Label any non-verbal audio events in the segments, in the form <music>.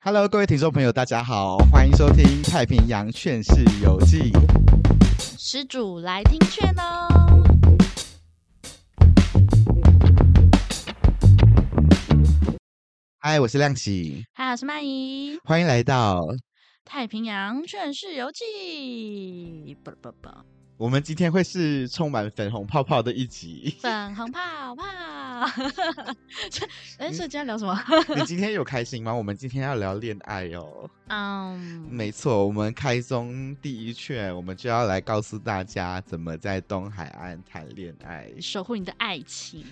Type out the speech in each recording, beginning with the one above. Hello，各位听众朋友，大家好，欢迎收听《太平洋劝世游记》。施主来听劝哦。嗨，我是亮启，嗨，我是曼怡，《欢迎来到太平洋劝世游记》不不不，。我们今天会是充满粉红泡泡的一集 <laughs> 粉红泡 <laughs> 泡。这哎，所以今天聊什么？你今天有开心吗？我们今天要聊恋爱哦。嗯，没错，我们开宗第一劝，我们就要来告诉大家怎么在东海岸谈恋爱。守护你的爱情。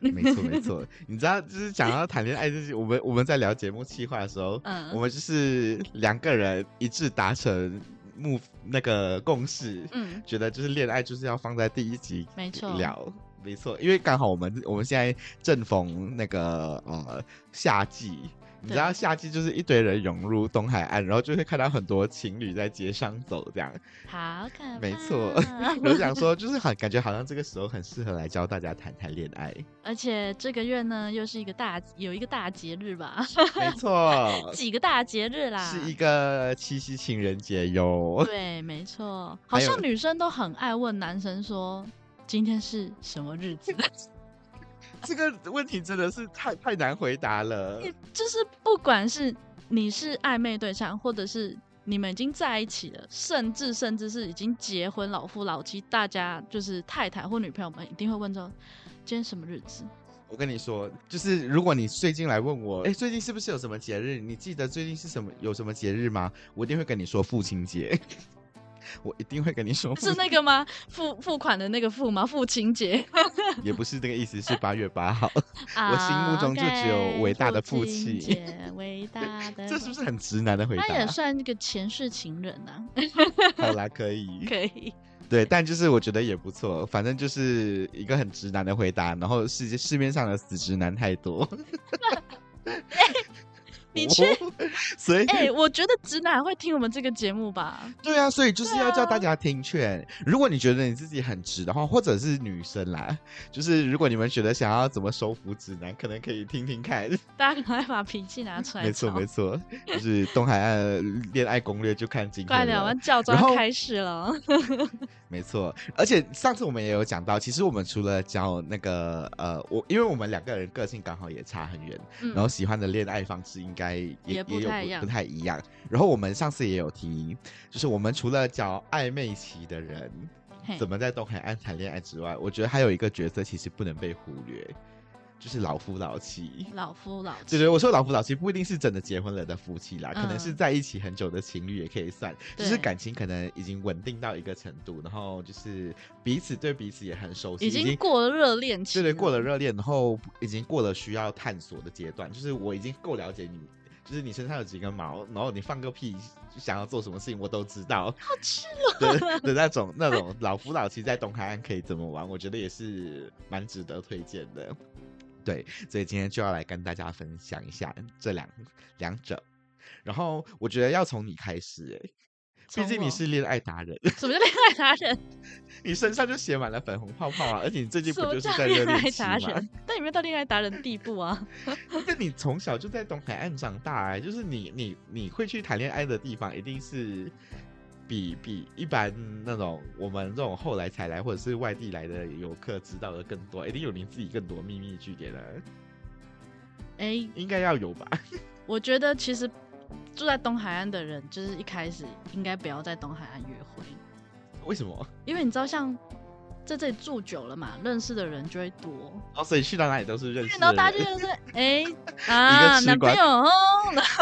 没错，没错，你知道，就是讲到谈恋爱，就是我们我们在聊节目企划的时候，嗯我们就是两个人一致达成目那个共识，嗯，觉得就是恋爱就是要放在第一集没错聊，没错，因为刚好我们我们现在正逢那个呃夏季。你知道对夏季就是一堆人涌入东海岸，然后就会看到很多情侣在街上走这样。好可怕。没错我就想说，就是很感觉好像这个时候很适合来教大家谈谈恋爱。 <laughs> 而且这个月呢，又是一个大有一个大节日吧，，没错 <laughs> 几个大节日啦。是一个七夕情人节哟。对，没错，好还有像女生都很爱问男生说今天是什么日子，这个问题真的是太太难回答了。就是不管是你是暧昧对象，或者是你们已经在一起了，甚至甚至是已经结婚老夫老妻，大家就是太太或女朋友们一定会问说今天什么日子？ <laughs> 我跟你说，就是如果你最近来问我，哎，最近是不是有什么节日？你记得最近是什么有什么节日吗？我一定会跟你说父亲节， <laughs> 我一定会跟你说父是那个吗？付付款的那个付吗？父亲节也不是这个意思， <laughs> 是八月八号。啊 <laughs> 我心目中就只有伟大的父亲节，伟大 <laughs> 的这是啊父不是很直男的回他也答？算一个前世情人 <laughs> 啊，好啦，可 <laughs> 以。可 <laughs> 以。对，但就是我觉得也不错，反正就是一个很直男的回答。然后世界市面上的死直男太 <laughs> 多，哎你 <laughs> 确所以、哎、我觉得直男会听我们这个节目吧？对啊，所以就是对要叫大啊家听劝。如果你觉得你自己很直的话，或者是女生啦， <laughs> 就是如果你们觉得想要怎么收服直男，可能可以听听 <laughs> 看。大家赶快把脾气拿出来吵。没错，没错，就是东海岸恋爱攻略就看今快天点，了我们。教招然后开始了。没错，而且上次我们也有讲到，其实我们除了教那个呃，我因为我们两个人个性刚好也差很远，嗯然后喜欢的恋爱方式应该也也不有太一不样不太一样。然后我们上次也有提，就是我们除了教暧昧期的人。嘿怎么在东海岸谈恋爱之外，我觉得还有一个角色其实不能被忽略，就是老夫老妻。老夫老妻，对对，我说老夫老妻不一定是真的结婚了的夫妻啦，可能是嗯在一起很久的情侣也可以算，就是对感情可能已经稳定到一个程度，然后就是彼此对彼此也很熟悉，已经过了热恋期对了，对，过了热恋，然后已经过了需要探索的阶段，就是我已经够了解你，就是你身上有几根毛，然后你放个屁想要做什么事情我都知道，好赤裸的 <laughs> 的那种那种老夫老妻在东海岸可以怎么玩，我觉得也是蛮值得推荐的。对，所以今天就要来跟大家分享一下这两两者，然后我觉得要从你开始、欸，毕从竟你 <laughs> 我是恋爱达人， <laughs> 什么叫恋爱达人？你身上就写满了粉红泡泡啊，而且你最近不什么就是叫在热恋恋爱期达吗？人？但你没有到恋爱达人的地步 <laughs> 啊！但你从小就在东海岸长大、欸，就是你你你会去谈恋爱的地方，一定是比比一般那种我们这种后来才来或者是外地来的游客知道的更多，一定有你自己更多秘密据点的，哎、应该要有吧？ <laughs> 我觉得其实住在东海岸的人，就是一开始应该不要在东海岸约会，为什么？因为你知道，像在这里住久了嘛，认识的人就会多，哦，所以去到哪里都是认识然的后大家人，就 <laughs> 认识，哎、啊，吃男朋瓜友哦，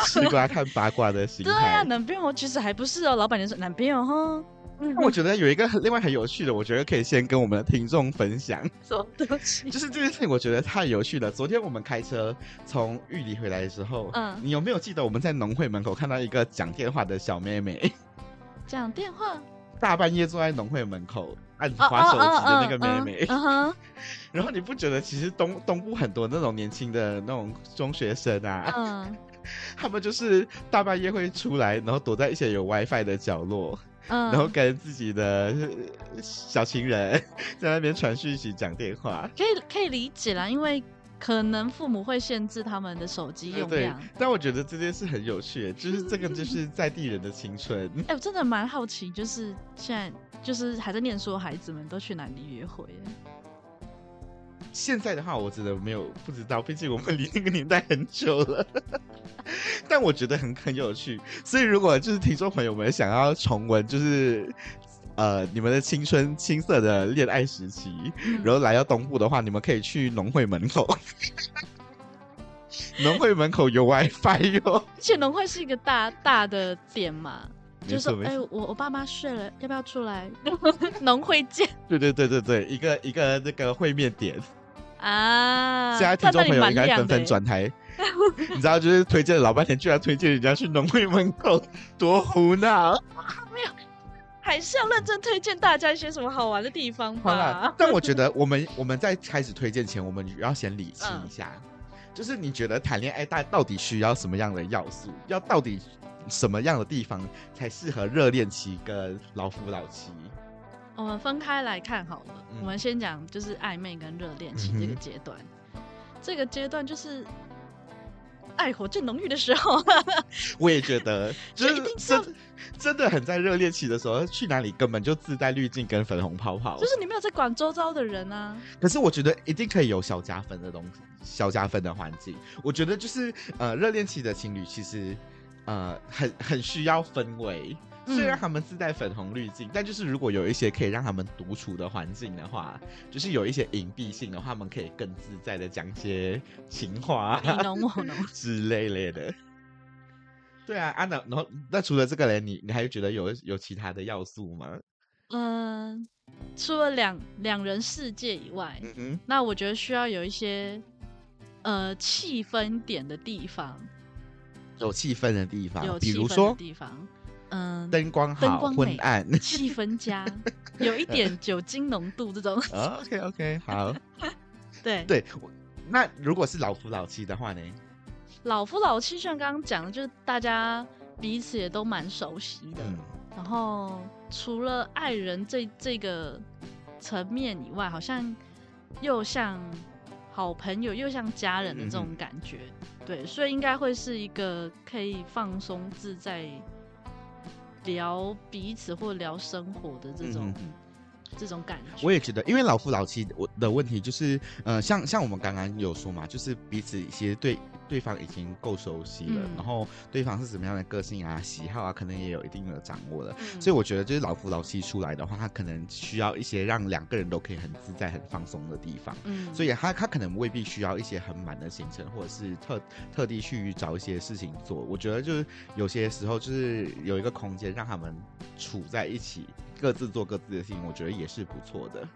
吃瓜看八卦的心 <laughs> 对啊，态。男朋友其实还不是哦，老板娘说男朋友哈，嗯那我觉得有一个很另外很有趣的，我觉得可以先跟我们的听众分享。 <laughs> 什么东西？就是这件事情，我觉得太有趣了。昨天我们开车从玉里回来的时候，嗯你有没有记得我们在农会门口看到一个讲电话的小妹妹， <laughs> 讲电话，大半夜坐在农会门口按哦滑手机的那个哦妹哦妹？嗯哼， <laughs> 然后你不觉得其实东东部很多那种年轻的那种中学生啊，嗯他们就是大半夜会出来，然后躲在一些有 WiFi 的角落，嗯，然后跟自己的 <laughs> 呃小情人在那边传讯息、讲电话。可以可以理解啦，因为可能父母会限制他们的手机用对量。，但我觉得这件事很有趣，就是这个就是在地人的青春。哎、我真的蛮好奇，就是现在就是还在念书的孩子们都去哪里约会了？现在的话，我真的没有不知道，毕竟我们离那个年代很久了。 <laughs> 但我觉得很很有趣，所以如果就是听众朋友们想要重温，就是呃你们的青春青涩的恋爱时期，嗯然后来到东部的话，你们可以去农会门口。农会门口有 WiFi 哟，而且农会是一个大大的点嘛，没就是错说没哎、错，我我爸妈睡了，要不要出来？ <laughs> 农会见对对对对对，一个一个那个会面点，啊！现在听但众那里朋友蛮应该亮纷的纷欸转台， <laughs> 你知道，就是推荐了老半天，居然推荐人家去农会门口，多胡 <laughs> 闹！还是要认真推荐大家一些什么好玩的地方好啦吧。， <laughs> 但我觉得我们我们在开始推荐前，我们要先理清嗯一下，就是你觉得谈恋爱大到底需要什么样的要素？要到底什么样的地方才适合热恋期跟老夫老妻？我们分开来看好了，嗯我们先讲就是暧昧跟热恋期嗯哼这个阶段，这个阶段就是爱火最浓郁的时候，啊哦我也觉 <laughs> 得，就这一定是要真真的很在热恋期的时候，去哪里根本就自带滤镜跟粉红泡泡 <laughs> 就。是你没有在管周遭的人 <laughs> 啊。可是我觉得一定可以有小加分的东西，小加分的环境。我觉得就是呃，热恋期的情侣其实呃很很需要氛围。嗯虽然他们自带粉红滤镜，但就是如果有一些可以让他们独处的环境的话，就是有一些隐蔽性的话，他们可以更自在的讲些情话你侬我侬， <laughs> 之类类的。对啊，啊那然后那除了这个嘞，你你还觉得有有其他的要素吗？嗯、除了两两人世界以外，嗯哼，那我觉得需要有一些呃气氛点的地方，有气氛的地方，有啊比气如氛的说地方，嗯、灯光灯好、光昏美暗。气 <laughs> 氛加，有一点酒精浓度这种。 <laughs> 哦 OK OK，好，对，对，我那如果是老夫老妻的话呢？老夫老妻像刚刚讲的，就是大家彼此也都蛮熟悉的。嗯，然后除了爱人这这个层面以外，好像又像好朋友，又像家人的嗯嗯这种感觉。对，所以应该会是一个可以放松自在。聊彼此或聊生活的这种、嗯嗯嗯这种感觉，我也觉得，因为老夫老妻，我的问题就是，呃，像像我们刚刚有说嘛，就是彼此其实对对方已经够熟悉了，嗯然后对方是什么样的个性啊、喜好啊，可能也有一定的掌握了。嗯所以我觉得，就是老夫老妻出来的话，他可能需要一些让两个人都可以很自在、很放松的地方。嗯，所以他他可能未必需要一些很满的行程，或者是特特地去找一些事情做。我觉得就是有些时候就是有一个空间让他们处在一起，各自做各自的事情，我觉得也是不错的。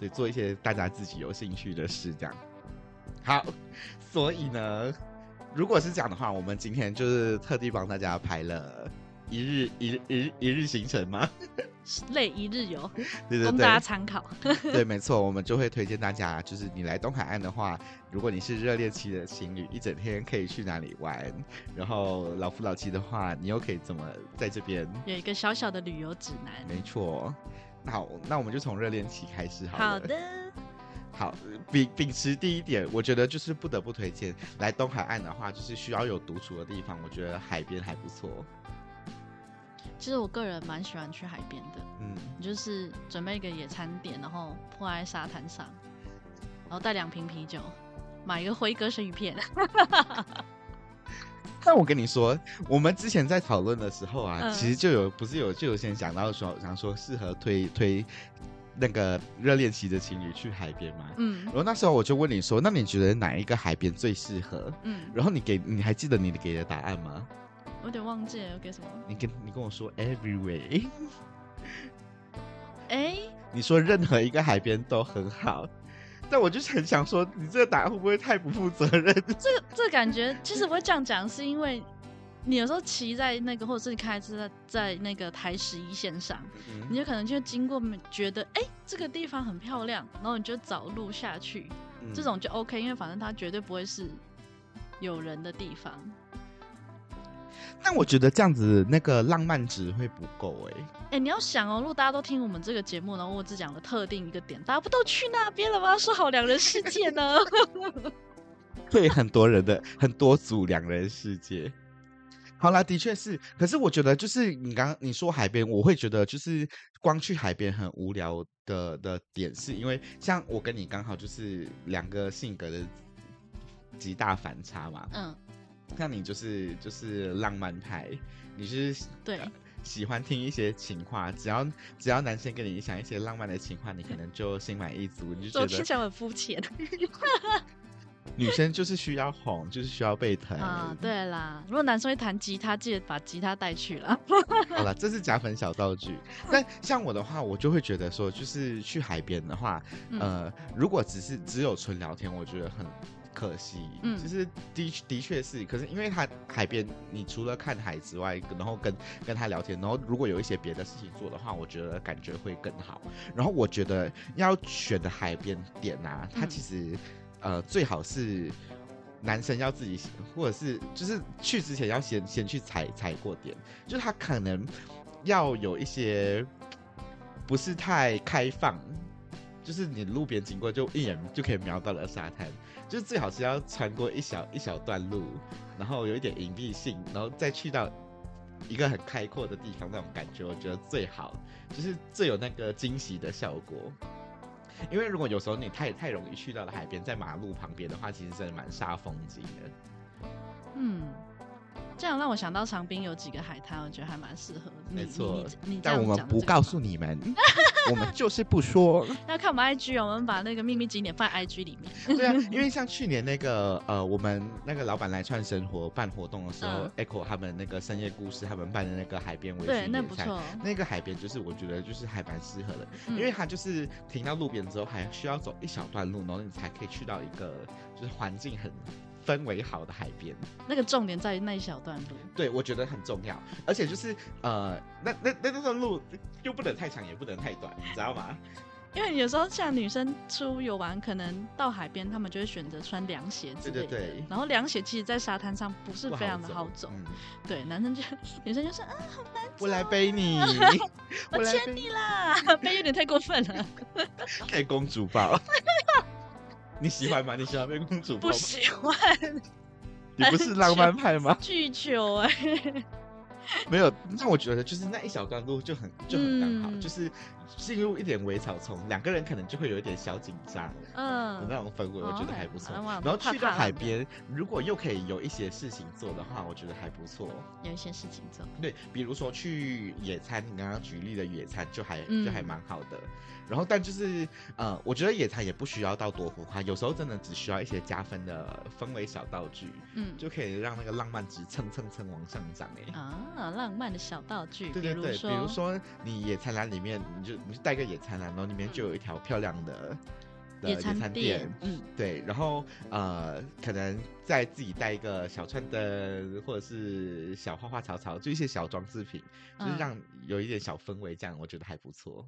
对，做一些大家自己有兴趣的事，这样。好，所以呢，如果是这样的话，我们今天就是特地帮大家排了一日一日一日一日行程吗？ <laughs> 类一日游，对对供对大，家参考。 <laughs> 对，没错，我们就会推荐大家，就是你来东海岸的话，如果你是热恋期的情侣，一整天可以去哪里玩？然后老夫老妻的话，你又可以怎么在这边？有一个小小的旅游指南。没错，那好，那我们就从热恋期开始好了。好，的，好，秉秉持第一点，我觉得就是不得不推荐来东海岸的话，就是需要有独处的地方，我觉得海边还不错。其实我个人蛮喜欢去海边的，嗯，就是准备一个野餐点，然后铺在沙滩上，然后带两瓶啤酒，买一个辉哥生鱼片。 <laughs> 但我跟你说，我们之前在讨论的时候啊，嗯其实就有不是有就有先讲到说，想说适合推推那个热恋期的情侣去海边嘛。 <laughs> 嗯然后那时候我就问你说，那你觉得哪一个海边最适合？嗯，然后你给你还记得你给的答案吗？我有点忘记了我给什么。你跟你跟我说 everywhere， <laughs> 哎、你说任何一个海边都很好。但我就是很想说，你这个答案会不会太不负责任？这个这个感觉，其实我会这样讲，是因为你有时候骑在那个，或者是你开车在在那个台十一线上，你就可能就经过，觉得哎、这个地方很漂亮，然后你就找路下去，嗯这种就 OK，因为反正它绝对不会是有人的地方。嗯但我觉得这样子那个浪漫值会不够哎、哎、你要想哦，如果大家都听我们这个节目，然后我只讲了特定一个点，大家不都去那边了吗？说好两人世界呢？对很多人的很多组两人世界。好啦，的确是，可是我觉得就是你刚你说海边，我会觉得就是光去海边很无聊的的点，是因为像我跟你刚好就是两个性格的极大反差嘛。 <laughs> 嗯，像你就是就是浪漫派，你是对呃喜欢听一些情话，只要只要男生跟你讲一些浪漫的情话，你可能就心满意足，你就我觉听得起来很肤浅。女生就是需要哄，就是需要被疼啊，。对啦，如果男生会弹吉他，记得把吉他带去啦。好了，这是假粉小道具。那像我的话，我就会觉得说，就是去海边的话，嗯呃，如果只是只有纯聊天，我觉得很可惜。嗯其实的的确是，可是因为它海边，你除了看海之外，然后跟跟他聊天，然后如果有一些别的事情做的话，我觉得感觉会更好。然后我觉得要选的海边点啊，它嗯其实、呃最好是。男生要自己，或者是就是去之前要先先去踩踩过点，就是他可能要有一些不是太开放，就是你路边经过就一眼就可以瞄到了沙滩，就是最好是要穿过一小一小段路，然后有一点隐蔽性，然后再去到一个很开阔的地方，那种感觉我觉得最好，就是最有那个惊喜的效果。因为如果有时候你太太容易去到了海边，在马路旁边的话，其实真的蛮煞风景的。嗯，这样让我想到长滨有几个海滩，我觉得还蛮适合的。你没错你你你这但样我们讲的不这个告方诉你 <laughs> 们，我们就是不说。要看我们 IG，我们把那个秘密景点放在 IG 里面。对啊，因为像去年那个呃，我们那个老板来串生活办活动的时候、e c h o 他们那个深夜故事，他们办的那个海边微醺嗯对，那野不餐错。哦那个海边就是我觉得就是还蛮适合的，嗯因为它就是停到路边之后，还需要走一小段路，然后你才可以去到一个就是环境很氛围好的海边。那个重点在于那一小段路。对，我觉得很重要，而且就是呃，那那那那段路又不能太长，也不能太短，你知道吗？因为有时候像女生出游玩，可能到海边，她们就会选择穿凉鞋之类对的。对对然后凉鞋其实，在沙滩上不是不非常的好走。嗯 <laughs> 对，男生就 <laughs> 女生就说啊，好难走。我来背 <laughs> 你，我来背牵你啦，被有点太过分 <laughs> 了，被公主抱。 <laughs> 你喜欢吗？你喜欢被公主抱不吗？喜欢你不是浪漫派吗？拒球哎、没有，那我觉得就是那一小段路就很就很刚好，嗯就是进入一点微草丛，两个人可能就会有一点小紧张的那嗯，种氛围，我觉得哦还不错。好啦然后去到海我边，如果又可以有一些事情做的话，我觉得还不错。有一些事情做。对，比如说去野餐，你刚刚举例的野餐就还、就还嗯蛮好的。然后，但就是呃，我觉得野餐也不需要到多浮夸，有时候真的只需要一些加分的氛围小道具，嗯就可以让那个浪漫值蹭蹭蹭往上涨哎、啊，浪漫的小道具，对对对，比比如说你野餐篮里面，你就你就带个野餐篮，然后里面就有一条漂亮的的嗯野餐餐店，嗯，对，然后呃，可能再自己带一个小串灯，或者是小花花草草，就一些小装饰品，就是嗯让有一点小氛围，这样我觉得还不错。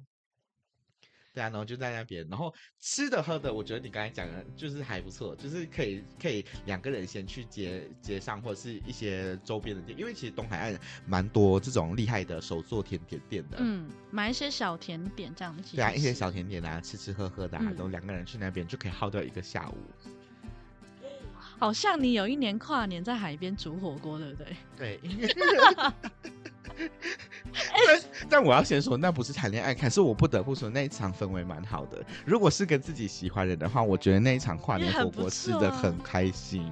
对啊，然后就在那边，然后吃的喝的，我觉得你刚才讲的就是还不错，就是可以可以两个人先去街街上或者是一些周边的店，因为其实东海岸蛮多这种厉害的手做甜点店的，嗯，买一些小甜点这样一起。对啊，一些小。甜点啊，吃吃喝喝的、啊，然后嗯两个人去那边就可以耗掉一个下午。好像你有一年跨年在海边煮火锅，对不对？对，但 <laughs> 但我要先说，那不是谈恋爱，可是我不得不说那一场氛围蛮好的。如果是跟自己喜欢人的话，我觉得那一场跨年也很火不锅吃错的啊很开心。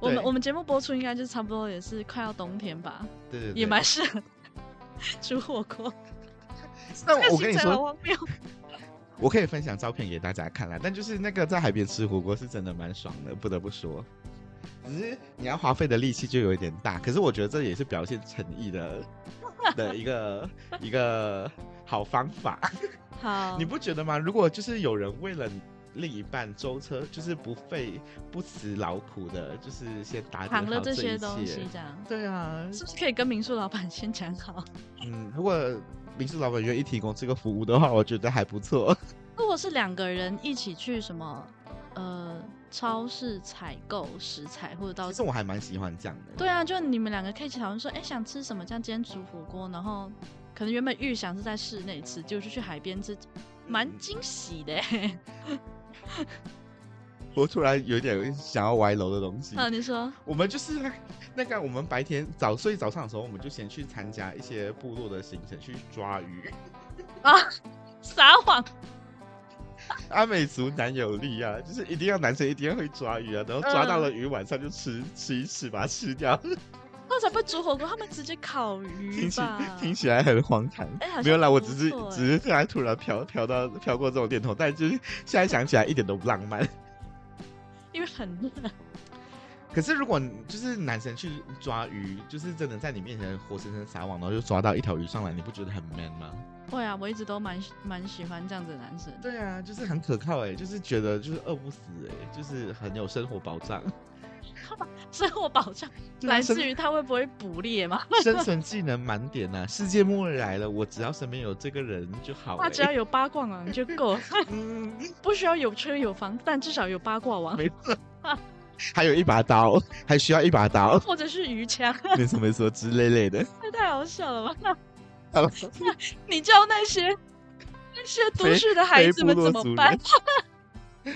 我们对我们节目播出应该就差不多也是快要冬天吧，对对对，也蛮适合煮火 <laughs> 锅。那这个我跟你行程好说，荒谬我可以分享照片给大家看啦。但就是那个在海边吃火锅是真的蛮爽的，不得不说。只是你要花费的力气就有一点大，可是我觉得这也是表现诚意的的一个一个好方法。<laughs> 好，你不觉得吗？如果就是有人为了另一半舟车，就是不费不辞劳苦的，就是先打点扛了好这这些一东切西，这样对啊，是不是可以跟民宿老板先讲好？ <laughs> 嗯，如果民宿老板愿意提供这个服务的话，我觉得还不错。如果是两个人一起去什么呃超市采购食材，或者到其实我还蛮喜欢这样的。对啊，就你们两个可以一起讨论说，哎、想吃什么？像今天煮火锅，然后可能原本预想是在室内吃，嗯 <laughs> 结果就去海边吃，蛮惊喜的欸、我突然有点想要歪楼的东西。啊，你说，我们就是那那个，我们白天早所以早上的时候，我们就先去参加一些部落的行程，去抓鱼。撒谎，阿美族男友力啊，就是一定要男生一定要会抓鱼啊，然后抓到了鱼，晚上就吃吃一吃，把它吃掉。他才不煮火锅，他们直接烤听鱼起吧？听起来很荒唐。哎好像没有啦，我不只是错哎只是突然突然飘飘到飘过这种念头，但就是现在想起来一点都不浪漫。因为很 <laughs> 热， <laughs> 可是如果你就是男生去抓鱼，就是真的在你面前活生生撒网，然后就抓到一条鱼上来，你不觉得很 man 吗？会啊，我一直都蛮喜蛮喜欢这样子的 <laughs> 男生。对啊，就是很可靠哎、就是觉得就是饿不死哎、就是很有生活保障，生活保障对啊来生自于他会不会捕猎嘛？ <laughs> 生存技能满点呐、世界末日来了，我只要身边有这个人就好、欸。他只要有八卦网就够了， <laughs> 嗯，不需要有车有房，但至少有八卦网没错， <laughs> 还有一把刀， <laughs> 还需要一把刀， <laughs> 或者是鱼枪， <laughs> 没错没错之类类的。这太好笑 <laughs> 了吧？ <laughs> 好了你叫那些那些都市的 <laughs> 孩非子部们落怎么族办人？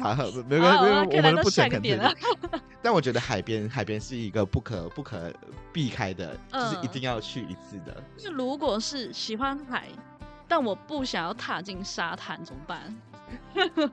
<laughs> 好，没关 <laughs> 好系，啊没有看来我们都不下诚个恳推荐点了。 <laughs> 但我觉得海边，海边是一个不可不可避开的，就是一嗯定要去一次的。就是如果是喜欢海，但我不想要踏进沙滩，怎么办？ <laughs>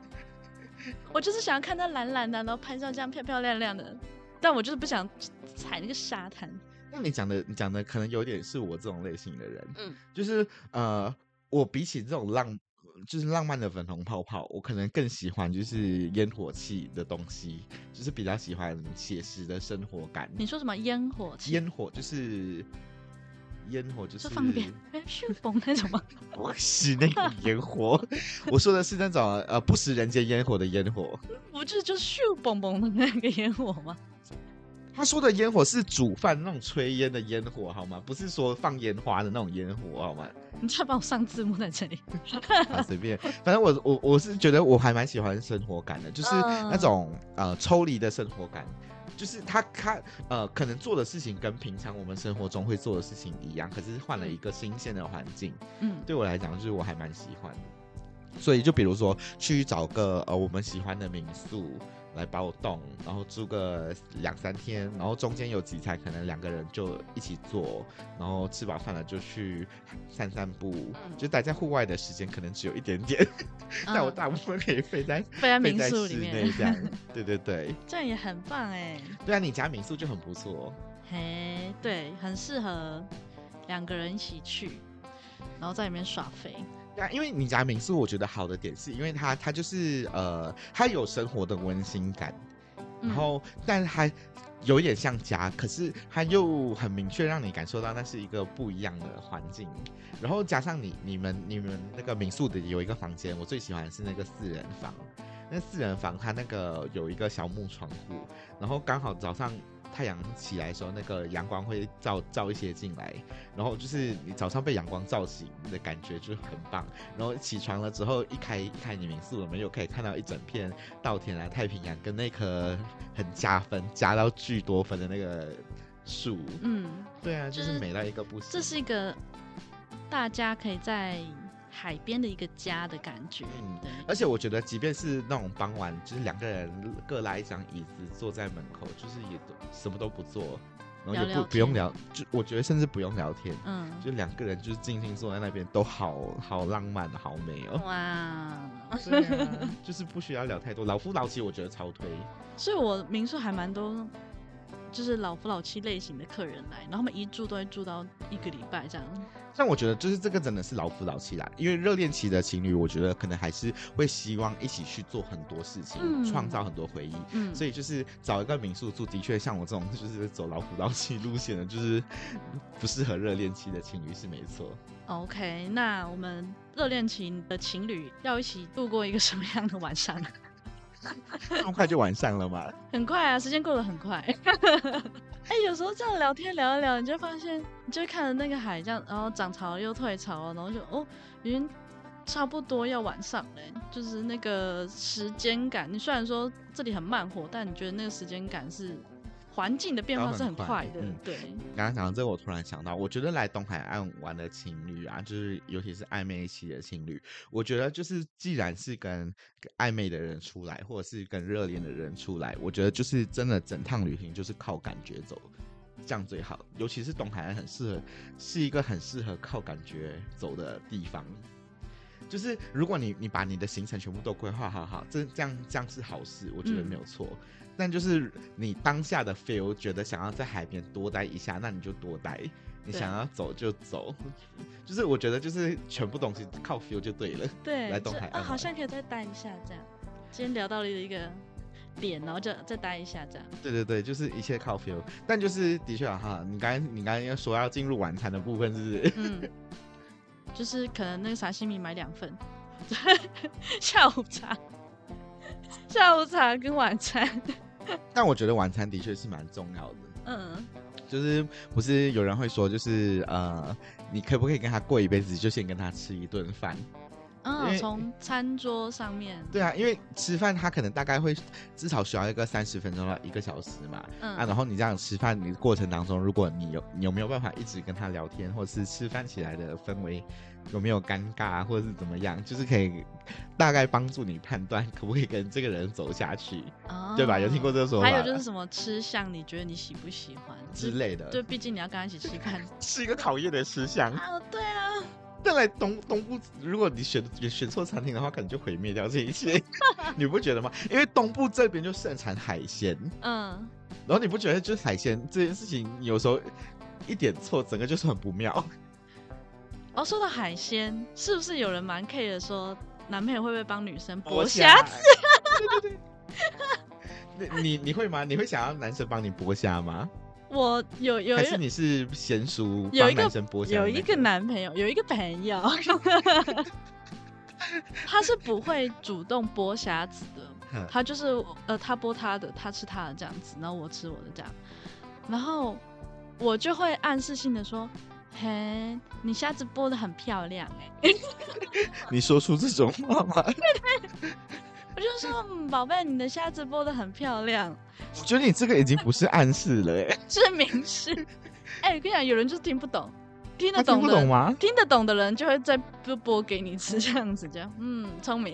我就是想要看它蓝蓝的，然后拍照这样漂漂亮亮的，但我就是不想踩那个沙滩。那你讲的，你讲的可能有点是我这种类型的人，嗯，就是呃，我比起这种浪，就是浪漫的粉红泡泡，我可能更喜欢就是烟火气的东西，就是比较喜欢写实的生活感。你说什么烟火气？烟火就是烟火，就是是放鞭、旋风 <laughs> 那种吗？不是那个烟 <laughs> 火，我说的是那种呃不食人间烟火的烟火。不就是就是咻嘣嘣的那个烟火吗？他说的烟火是煮饭那种炊烟的烟火，好吗？不是说放烟花的那种烟火，好吗？你再帮我上字幕在 <laughs> 这里。啊，随便，反正我我我是觉得我还蛮喜欢生活感的，就是嗯那种、呃抽离的生活感，就是他他呃可能做的事情跟平常我们生活中会做的事情一样，可是换了一个新鲜的环境，嗯，对我来讲就是我还蛮喜欢的。所以就比如说去找个呃我们喜欢的民宿来包栋，然后住个两三天，然后中间有几餐可能两个人就一起做，然后吃饱饭了就去散散步，就待在户外的时间可能只有一点点，但我嗯大部分可以飞在飞在飞啊民在宿室里内面，这样。对对对，这样也很棒哎、对啊，你家民宿就很不错、嘿，对，很适合两个人一起去，然后在里面耍飞。对啊，因为你家民宿，我觉得好的点是因为它它就是呃，它有生活的温馨感，嗯然后但还有点像家，可是它又很明确让你感受到那是一个不一样的环境。然后加上你你们你们那个民宿的有一个房间，我最喜欢的是那个四人房。那四人房它那个有一个小木窗户，然后刚好早上太阳起来的时候，那个阳光会照照一些进来，然后就是你早上被阳光照醒的感觉就很棒。然后起床了之后，一开一开你民宿的门，又可以看到一整片稻田啊、太平洋跟那棵很加分、加到巨多分的那个树。嗯，对啊，就就是是美到一个不行。这是一个大家可以在海边的一个家的感觉。嗯对，而且我觉得，即便是那种傍晚，就是两个人各拉一张椅子坐在门口，就是也都什么都不做，然后也不聊聊不用天聊，就我觉得甚至不用聊天，嗯，就两个人就是静静坐在那边，都好好浪漫，好美哦。哇，对啊， <laughs> 就是不需要聊太多。老夫老妻，我觉得超推。所以我民宿还蛮多，就是老夫老妻类型的客人来，然后他们一住都会住到一个礼拜这样。但我觉得就是这个真的是老夫老妻啦，因为热恋期的情侣，我觉得可能还是会希望一起去做很多事情，嗯创、造很多回忆。嗯，所以就是找一个民宿住，的确像我这种就是走老夫老妻路线的，就是不适合热恋期的情侣是没错。 <laughs> OK，那我们热恋期的情侣要一起度过一个什么样的晚上？这么快就晚上了嘛？ <laughs> 很快啊，时间过得很快。 <laughs> 哎、有时候这样聊天聊一聊，你就发现，你就会看着那个海这样，然后涨潮又退潮了，然后就哦，已经差不多要晚上嘞，就是那个时间感。你虽然说这里很慢活，但你觉得那个时间感是环境的变化都是很很快快的，嗯对，刚刚讲到这个，我突然想到，我觉得来东海岸玩的情侣啊，就是尤其是暧昧期的情侣，我觉得就是既然是跟暧昧的人出来，或者是跟热恋的人出来，我觉得就是真的整趟旅行就是靠感觉走，这样最好。尤其是东海岸很适合，是一个很适合靠感觉走的地方。就是如果你你把你的行程全部都规划好好，这这样这样是好事，我觉得嗯没有错。但就是你当下的 feel，觉得想要在海边多待一下，那你就多待；你对想要走就走，就是我觉得就是全部东西靠 feel 就对了。对，来就东海啊，岸好玩像可以再待一下这样。今天聊到了一个点，然后就再待一下这样。对对对，就是一切靠 feel。但就是的确啊哈，你刚才你刚才要说要进入晚餐的部分，是不是？嗯，就是可能那个沙西米买两份，下午茶，下午茶跟晚餐。但我觉得晚餐的确是蛮重要的。嗯，就是不是有人会说，就是呃，你可不可以跟他过一辈子，就先跟他吃一顿饭？因嗯，为从餐桌上面，对啊，因为吃饭他可能大概会至少需要一个三十分钟到一个小时嘛。啊，嗯，然后你这样吃饭的过程当中，如果你有你有没有办法一直跟他聊天，或是吃饭起来的氛围有没有尴尬，或者是怎么样，就是可以大概帮助你判断可不可以跟这个人走下去，对吧？有听过哦这个说法还吧？有就是什么吃相，你觉得你喜不喜欢之？类的，对，毕竟你要跟他一起吃 <laughs> 饭。是一个考验的吃相。啊，对啊，但来东东部，如果你选选错餐厅的话，可能就毁灭掉这一 <laughs> 切，你不觉得吗？因为东部这边就盛产海鲜，嗯，然后你不觉得就是海鲜这件事情，有时候一点错，整个就是很不妙。哦，说到海鲜，是不是有人蛮 care 的说男朋友会不会帮女生剥虾虾子， <laughs> 对对对。你你你会吗？你会想要男生帮你剥虾吗？我有有还一是个你是娴熟有帮一个男生剥虾、有一个，男朋友，有一个朋友， <laughs> 他是不会主动剥虾子 <laughs> 的哼，他就是呃他剥他的，他吃他的这样子，然后我吃我的这样，然后我就会暗示性的说。嘿，你虾子剥的很漂亮哎、你说出这种话吗？我就说嗯宝贝，你的虾子剥的很漂亮，我觉得你这个已经不是暗示了、 <laughs> 欸，是明示。哎、我跟你讲，有人就是听不懂，听得他听懂不的懂吗？听得懂的人就会再播播给你吃，这样子，这样，嗯，聪明，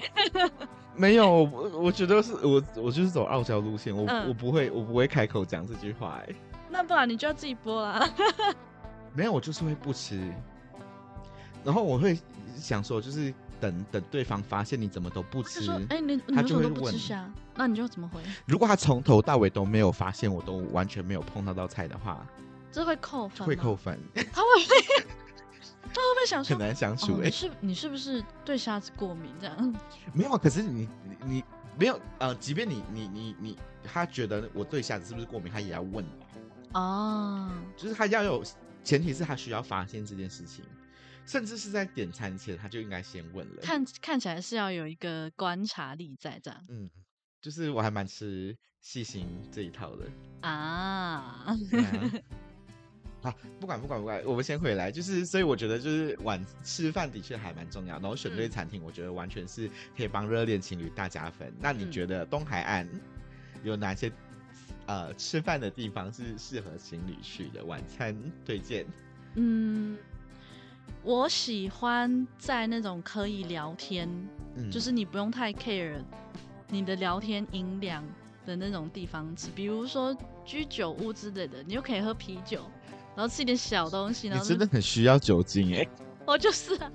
没有，我我觉得是我我就是走傲娇路线，我、嗯我不会我不会开口讲这句话、哎，那不然你就要自己播啊啦。没有，我就是会不吃，然后我会想说，就是等等对方发现你怎么都不就吃说，，哎、你你他就为什会么都不吃问虾？那你就怎么回？如果他从头到尾都没有发现，我都完全没有碰到到菜的话，这会扣 <laughs> 分，会扣，分，他会不会，他会不会想说很？难相处哦、、哎、你是你是不是对虾子过敏？这样， <laughs> 没有，可是你你你没有呃，即便你你你你，他觉得我对虾子是不是过敏，他也要问你。哦，就是他要有前提是他需要发现这件事情，甚至是在点餐前他就应该先问了。看看起来是要有一个观察力在这样嗯，就是我还蛮吃细心这一套的。啊，对啊 <laughs> 好，不管不管不管，我们先回来。就是，所以我觉得就是晚吃饭的确还蛮重要，然后选对嗯餐厅，我觉得完全是可以帮热恋情侣大加分。那你嗯觉得东海岸有哪些呃吃饭的地方是适合情侣去的？晚餐推荐？嗯，我喜欢在那种可以聊天嗯，就是你不用太 care 你的聊天音量的那种地方吃，比如说居酒屋之类的，你又可以喝啤酒，然后吃一点小东西，然你后真 <laughs> 就的很需要酒精哎、哦就是、啊，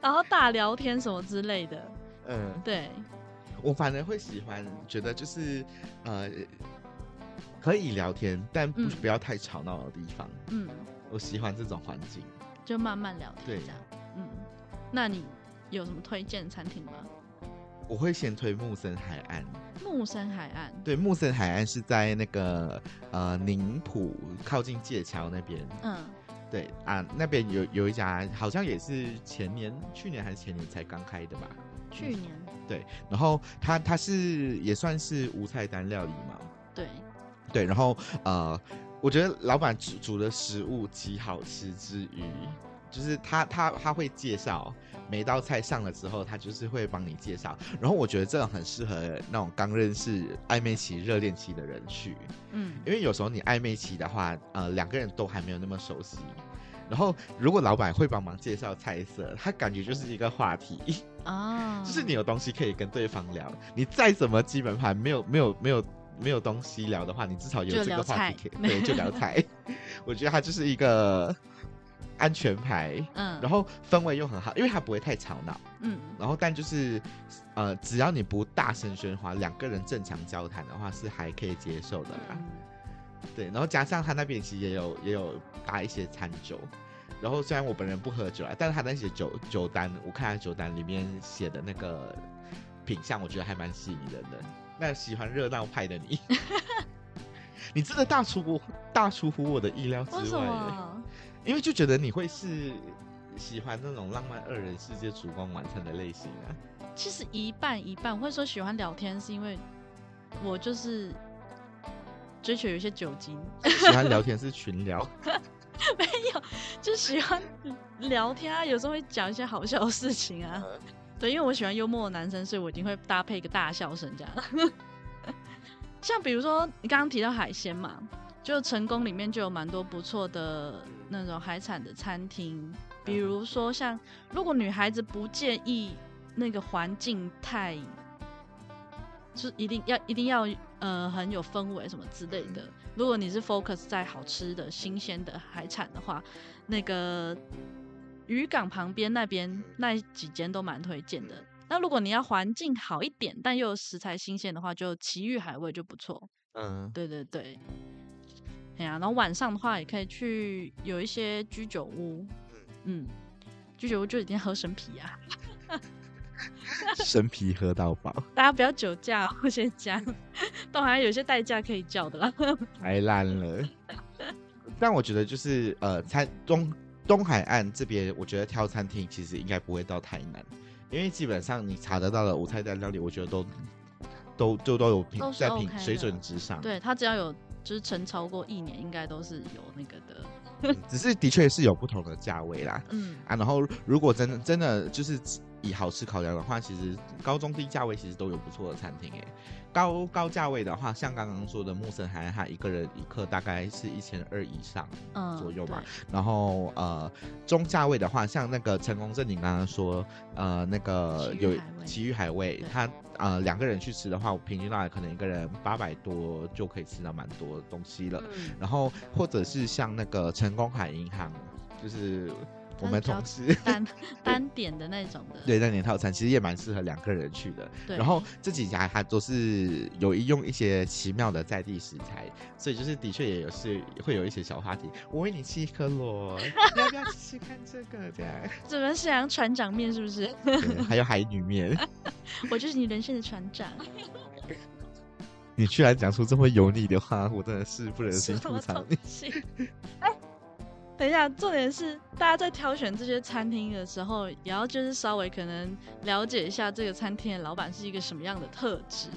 然后大聊天什么之类的，嗯。对，我反而会喜欢，觉得就是呃，可以聊天，但不、嗯不要太吵闹的地方。嗯，我喜欢这种环境。就慢慢聊天对这样，嗯，那你有什么推荐餐厅吗？我会先推木森海岸，木山海岸，对，木森海岸是在那个呃宁浦靠近界桥那边，嗯对啊，那边有有一家好像也是前年、去年还是前年才刚开的吧，去嗯年对，然后它它是也算是无菜单料理嘛，对，对，然后呃，我觉得老板煮煮的食物极好吃之余，就是他他他会介绍每道菜上了之后，他就是会帮你介绍。然后我觉得这种很适合那种刚认识暧昧期、热恋期的人去，嗯因为有时候你暧昧期的话，呃，两个人都还没有那么熟悉。然后，如果老板会帮忙介绍菜色，他感觉就是一个话题，啊，就是你有东西可以跟对方聊。你再怎么基本盘没有没有没有没有东西聊的话，你至少有就这聊个话题菜可以对，就聊菜。 <laughs> 我觉得它就是一个安全牌，嗯，然后氛围又很好，因为它不会太吵闹。嗯然后但就是，呃，只要你不大声喧哗，两个人正常交谈的话是还可以接受的啦。对，然后加上他那边其实也有也有搭一些餐酒，然后虽然我本人不喝酒啊，但是他那些酒酒单，我看他酒单里面写的那个品相，我觉得还蛮吸引人的。那喜欢热闹派的你， <laughs> 你真的大出乎大出乎我的意料之为什外耶，么？因为就觉得你会是喜欢那种浪漫二人世界烛光晚餐的类型啊。其实一半一半，我会说喜欢聊天，是因为我就是追求有一些酒精，喜欢聊天是群聊，就喜欢聊 <laughs> 天啊，有时候会讲一些好笑的事情啊。对，因为我喜欢幽默的男生，所以我一定会搭配一个大笑声这样。 <laughs> 像比如说你刚刚提到海鲜嘛，就成功里面就有蛮多不错的那种海产的餐厅，比如说像如果女孩子不介意那个环境太，就是一定要一定要呃很有氛围什么之类的。如果你是 focus 在好吃的新鲜的海产的话，那个渔港旁边那边那几间都蛮推荐的。那如果你要环境好一点，但又有食材新鲜的话，就奇遇海味就不错。嗯，对对对，哎呀、然后晚上的话也可以去有一些居酒屋，嗯，居酒屋就一定要喝生啤啊， <laughs> 生啤喝到饱，大家不要酒驾哦，我先讲，都还有一些代驾可以叫的啦。 <laughs> 太烂了。 <laughs> 但我觉得就是呃，餐东东海岸这边，我觉得挑餐厅其实应该不会到太难，因为基本上你查得到的无菜单料理，我觉得都都就都有品都是在品 OK 的水准之上。对他只要有就是成超过一年，应该都是有那个的，嗯，只是的确是有不同的价位啦。嗯啊，然后如果真的真的就是以好吃考量的话，其实高中低价位其实都有不错的餐厅诶。高高价位的话，像刚刚说的木森海岸，它一个人一客大概是一千二以上。嗯，左右吧对，然后呃，中价位的话，像那个成功镇，你刚刚说呃那个奇遇有海味奇遇海味对，它呃两个人去吃的话，我平均下来可能一个人八百多就可以吃到蛮多东西了。嗯然后或者是像那个成功海银行，就是我它们比较同事 <laughs> <laughs> 单单点的那种的，对那年套餐，其实也蛮适合两个人去的。对，然后这几家它都是有一用一些奇妙的在地食材，所以就是的确也有是会有一些小话题。我喂你吃一颗螺，你要不要吃吃看这个？这样，怎么是想船长面是不是？ <laughs> <laughs> 对还有海女面，我就是你人生的船长， <laughs> 你居然讲出这么油腻的话，我真的是不忍心什吐么槽 <laughs> 东你。西？哎，等一下，重点是大家在挑选这些餐厅的时候，也要就是稍微可能了解一下这个餐厅的老板是一个什么样的特质。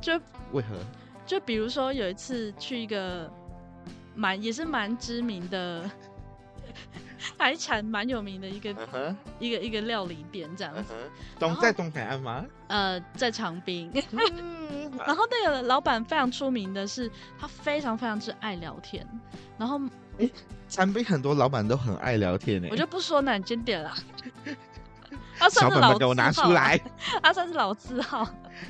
就为何？就比如说有一次去一个蛮也是蛮知名的海产蛮有名的一个嗯哼，一个一个料理店这样子，哼，然东后在东海岸吗？呃，在长滨。 <laughs> 嗯然后那个老板非常出名的是，他非常非常之爱聊天。然后产品很多老板都很爱聊天呢、欸我就不说哪间 <laughs> 店了，他小算是本老本给我字拿号出啊， <laughs> 来。他算是老字号。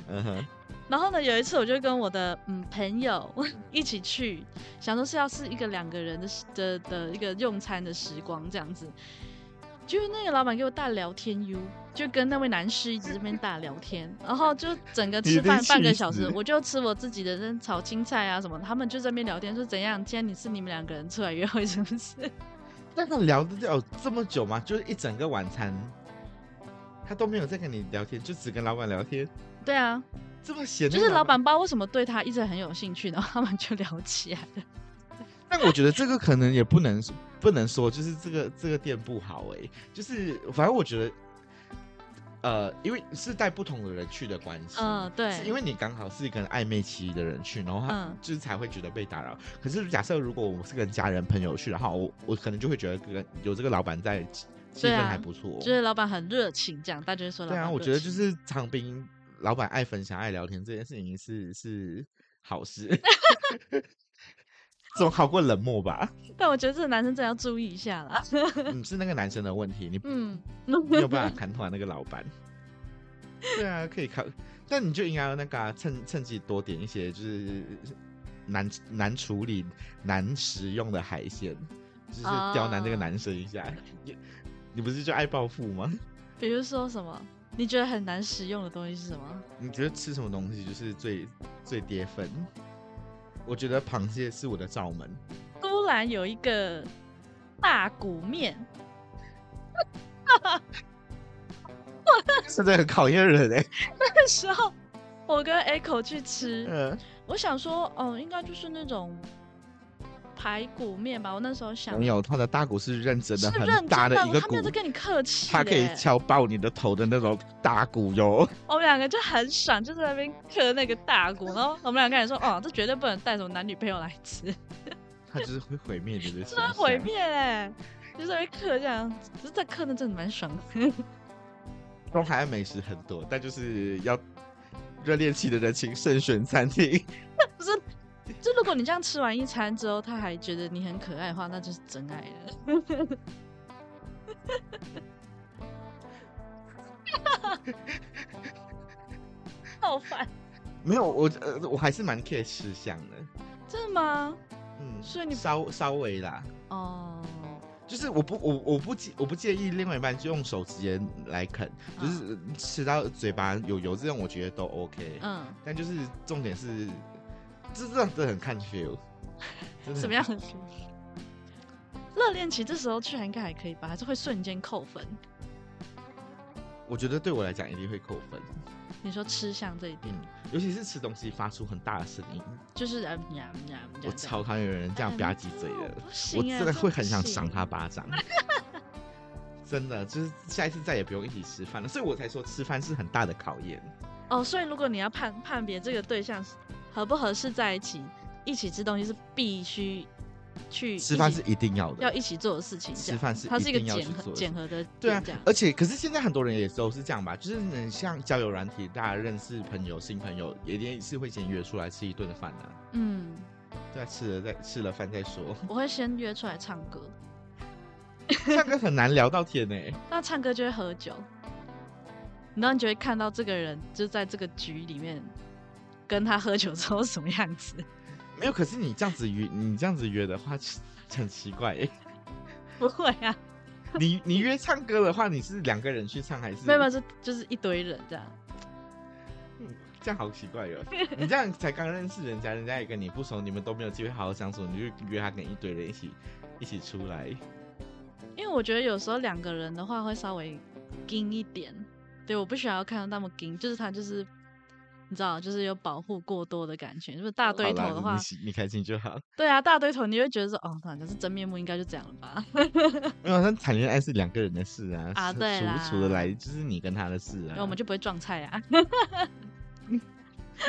嗯哼，然后呢，有一次我就跟我的嗯朋友 <laughs> 一起去，想说是要是一个两个人的时的的一个用餐的时光这样子。就是那个老板给我大聊天 U，就跟那位男士一直在那边大聊 <laughs> 天，然后就整个你吃的饭半个气小时质，我就吃我自己的那炒青菜啊什么，他们就在那边聊天，说怎样，今天你是你们两个人出来约会是不是？ <laughs> 那个聊得了这么久吗？就是一整个晚餐，他都没有在跟你聊天，就只跟老板聊天，对啊，这么闲。就是老。板不知道为什么对他一直很有兴趣，然后他们就聊 <laughs> 起来了。但我觉得这个可能也不能欸不能说，就是这个这个店不好哎、就是反正我觉得呃，因为是带不同的人去的关系，嗯，对，是因为你刚好是跟暧昧期的人去，然后他嗯就是才会觉得被打扰。可是假设如果我是跟家人朋友去的话，我我可能就会觉得跟有这个老板在，气气对氛啊还不错。哦就是老板很热情，这样大家就会说老对板热啊，情。我觉得就是长兵老板爱分享、爱聊天这件事情是是好事，总好过冷漠吧？ <laughs> 但我觉得这个男生真的要注意一下啦。嗯，是那个男生的问题，你嗯，没有办法砍垮那个老板。对啊，可以考，但你就应该要那个啊、趁趁机多点一些，就是难难处理、难食用的海鲜，就是刁难这个啊男生一下。 <laughs> 你你不是就爱报复吗？ <laughs> 比如说什么？你觉得很难使用的东西是什么？你觉得吃什么东西就是最最跌份？我觉得螃蟹是我的罩 <laughs> 门，突然有一个大骨面，真的很考验人哎、 <laughs> 那时候我跟 Echo 去吃，嗯我想说，哦，应该就是那种排骨面吧。我那时候想，没有，他的大骨是认真的，是很认大真的一个他骨没有，在跟你客气耶，它可以敲爆你的头的那种大骨哟。我们两个就很爽，就在那边嗑那个大骨，然后我们两个人说，哦，这绝对不能带什么男女朋友来吃，它就是会毁灭你 <laughs> 的形真的象，毁灭哎、就在那边嗑这样，只是在嗑那真的蛮爽的。东海岸美食很多，但就是要热恋期的人请慎选餐厅。 <laughs> 不是，就如果你这样吃完一餐之后，他还觉得你很可爱的话，那就是真爱了。 <laughs> 好烦，没有，我呃我还是蛮 care 吃相的，真的吗？嗯，所以你稍稍微啦，哦，就是我不我我不介我不介意另外一半就用手直接来啃，就是吃到嘴巴有油这种我觉得都 OK，、嗯，但就是重点是，这这真的很看 <laughs> feel，真的怎么样？？热恋期这时候去应该还可以吧，还是会瞬间扣分。我觉得对我来讲一定会扣分，你说吃相这一点，嗯，尤其是吃东西发出很大的声音，就是啊呀呀，我超讨厌有人这样吧唧嘴的。哎不我行哎，真的这会很想不行赏他巴掌。真的，就是下一次再也不用一起吃饭了，所以我才说吃饭是很大的考验。哦，所以如果你要判判别这个对象是合不合适在一起，一起吃东西是必须去吃一饭起是一定要的，要一起做的事情，这吃样饭是它一是一个定要检去做核的检核的对啊点这样，而且可是现在很多人也都是这样吧，就是你像交友软体，大家认识朋友、新朋友，也一定是会先约出来吃一顿的饭的、嗯，对啊，吃了再吃了饭再 <laughs> 说，我会先约出来唱歌，那个很难聊到天呢、那唱歌就会喝酒，然后你就会看到这个人就在这个局里面跟他喝酒之后是什么样子，没有，可是你这样子约，你这样子约的话，很奇怪、欸。不会啊，你你约唱歌的话，你是两个人去唱还是？没有没有，就就是一堆人这样，这样好奇怪哟、你这样才刚认识人家，人家也跟你不熟，你们都没有机会好好相处，你就约他跟一堆人一起一起出来。因为我觉得有时候两个人的话会稍微硬一点，对，我不想要看到那么硬，就是他就是你知道，就是有保护过多的感觉。就是大堆头好啦的话你，喜你开心就好。对啊，大堆头你会觉得说，哦，反正是真面目，应该就这样了吧？ <laughs> 没有，但谈恋爱是两个人的事啊，啊是对处啦不处得来就是你跟他的事啊。然后我们就不会撞菜啊。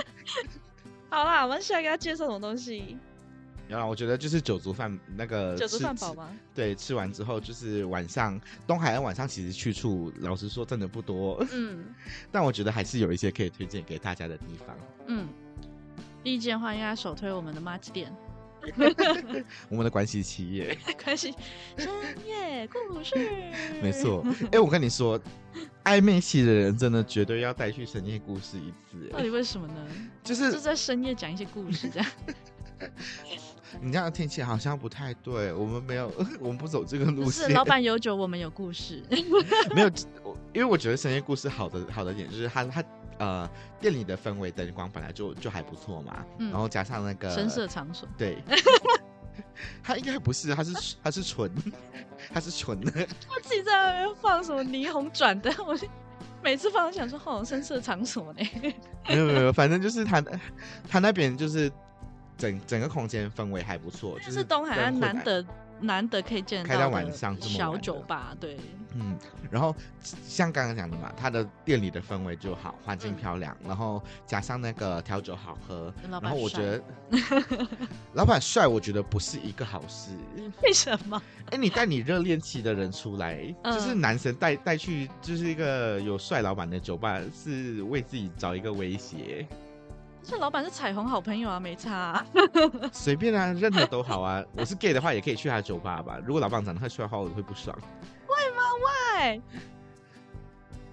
<laughs> 好啦，我们现在给他介绍什么东西？然后我觉得就是酒足饭那个酒足吃饭吃饱吗？对，吃完之后就是晚上，东海岸晚上其实去处老实说真的不多， <laughs> 嗯但我觉得还是有一些可以推荐给大家的地方。嗯，意见的话应该首推我们的妈吉店， <laughs> 我们的关系企业。关系深夜故事， <laughs> 没错，哎、我跟你说，暧昧期的人真的绝对要带去深夜故事一次到欸，底为什么呢？就就是在深夜讲一些故事，这样你这样听起来好像不太对，我们没有， <laughs> 我们不走这个 <laughs> 路不是线，老板有酒，我们有 <laughs> 故事。 <laughs> 没有，我因为我觉得深夜故事好的好的点就是它它呃店里的氛围灯光本来就就还不错嘛，嗯然后加上那个深色场所， <laughs> 对。它应该不是，它是它是纯，它是纯 <laughs> 的，我自己在那边放什么霓虹转灯， <laughs> 我就每次放都想说，好深色场所呢。没有没有没有，反正就是它它那边就是整整个空间氛围还不错，就这是东海灯岸混难暗得难得可以见开到到的晚上这么小晚酒的吧，对，嗯，然后像刚刚讲的嘛，它的店里的氛围就好，环境嗯漂亮，然后加上那个调酒好喝，老板然后我帅觉得老板帅，我觉得不是一个好事。为什么？哎，你带你热恋期的人出来，就是嗯男神带带去，就是一个有帅老板的酒吧，是为自己找一个威胁。这老板是彩虹好朋友啊，没差啊、随便啊，任何都好啊。我是 gay 的话，也可以去他的酒吧吧。如果老板长得太帅的话，我会不爽。哎，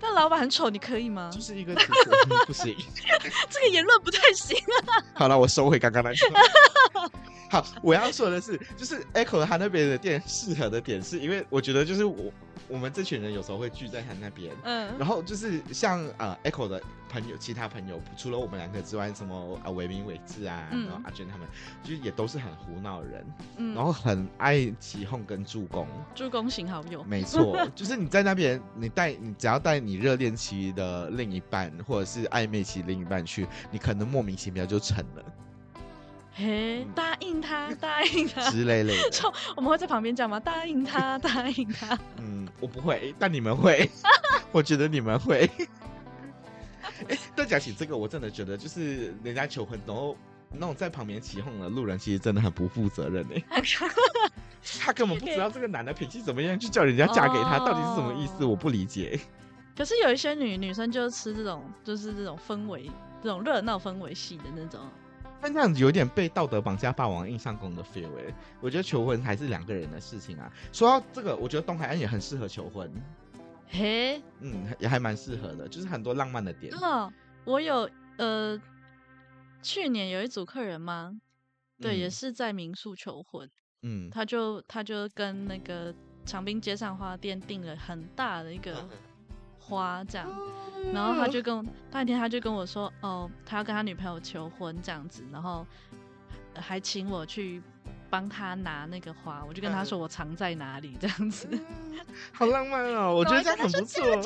但老板很丑，你可以 <laughs> 吗就？是一个其实、嗯不行。这个言论不太 <laughs> 行。好了，我收回刚刚那句话。 <laughs> 好，我要说的是，就是 Echo 他那边的店适合的点，是因为我觉得就是我我们这群人有时候会聚在他那边，嗯然后就是像呃 Echo 的朋友，其他朋友除了我们两个之外，什么啊维明、伟志啊，嗯然后阿娟他们，就是也都是很胡闹的人，嗯，然后很爱起哄跟助攻。助攻型好友，没 <laughs> 错，就是你在那边，你带你只要带你热恋期的另一半或者是暧昧期另一半去，你可能莫名其妙就成了嘿，答应他，答应 <laughs> 他。之类类的。就我们会在旁边讲吗？答应他，答应他。嗯，我不会，但你们 <laughs> 会，我觉得你们会。 <laughs> 哎、但讲起这个，我真的觉得就是人家求婚，然后那种在旁边起哄的路人，其实真的很不负责任哎、 <laughs> 他根本不知道这个男的脾气怎么样，就叫人家嫁给他，到底是什么意思？哦我不理解。 <laughs> 可是有一些女女生就是吃这种，就是这种氛围，这种热闹氛围系的那种。但这样子有点被道德绑架霸王硬上弓的 feel 哎、我觉得求婚还是两个人的事情啊。说到这个，我觉得东海岸也很适合求婚，嘿，嗯，也还蛮适合的，就是很多浪漫的点。哦，我有呃，去年有一组客人吗？对，也嗯是在民宿求婚，嗯，他就他就跟那个长滨街上花店订了很大的一个花这样，嗯然后他就跟我那天他就跟我说，哦，他要跟他女朋友求婚这样子，然后呃还请我去帮他拿那个花，我就跟他嗯说我藏在哪里这样 <laughs> 子，啊好浪漫哦，我觉得这样很不错然。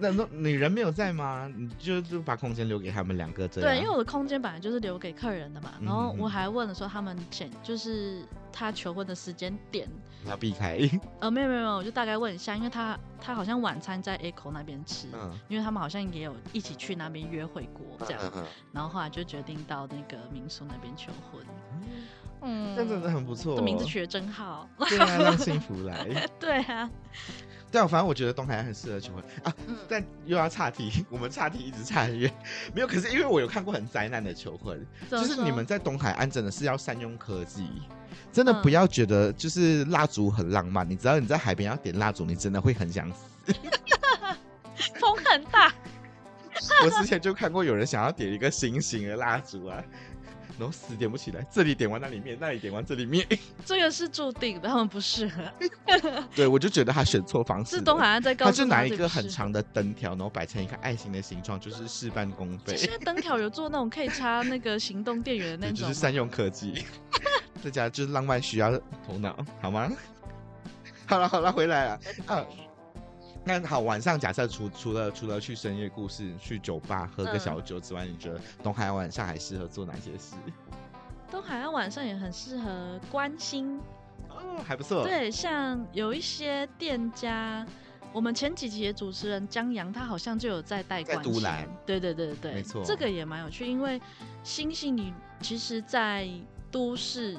那那你人没有在吗？你就就把空间留给他们两个这样。对，因为我的空间本来就是留给客人的嘛，然后嗯嗯嗯我还问了说他们前就是他求婚的时间点，你要避 <laughs> 开。呃，没有没有没有，我就大概问一下，因为他他好像晚餐在 Echo 那边吃，嗯，因为他们好像也有一起去那边约会过这样，嗯然后后来就决定到那个民宿那边求婚，嗯嗯，这样真的很不错这名字哦 <laughs> 取得真好，对啊，让幸福来。对啊， <laughs> 对啊，反正我觉得东海岸很适合求婚啊，嗯但又要岔题，我们岔题一直岔很远。 <laughs> 没有，可是因为我有看过很灾难的求婚，怎就么是你说们在东海岸真的是要善用科技，真的不嗯要觉得就是蜡烛很浪漫，你知道你在海边要点蜡烛，你真的会很想死。风很大， <laughs> 我之前就看过有人想要点一个心形的蜡烛啊，然后死点不起来，这里点完那里灭，那里点完这里灭。这个是注定的，他们不适合， <laughs> 对，我就觉得他选错方式是了。东海岸在告他诉啊就拿一这个不适很合长的灯条，然后摆成一个爱心的形状，就是事半功倍其。实灯条有做那种可以插那个行动电源 <laughs> 的对，那就种是吗，善用科技， <laughs> 大家就是浪漫需要头脑，好吗？ <laughs> 好了好了，回来了啊。那好，晚上假设除除了除了去深夜故事、去酒吧喝个嗯小酒之外，你觉得东海岸晚上还适合做哪些事？东海岸晚上也很适合关心，哦，还不错。对，像有一些店家，我们前几集的主持人江阳，他好像就有在带在关都心兰，对对对对，没错这个也蛮有趣，因为星星你其实，在都市。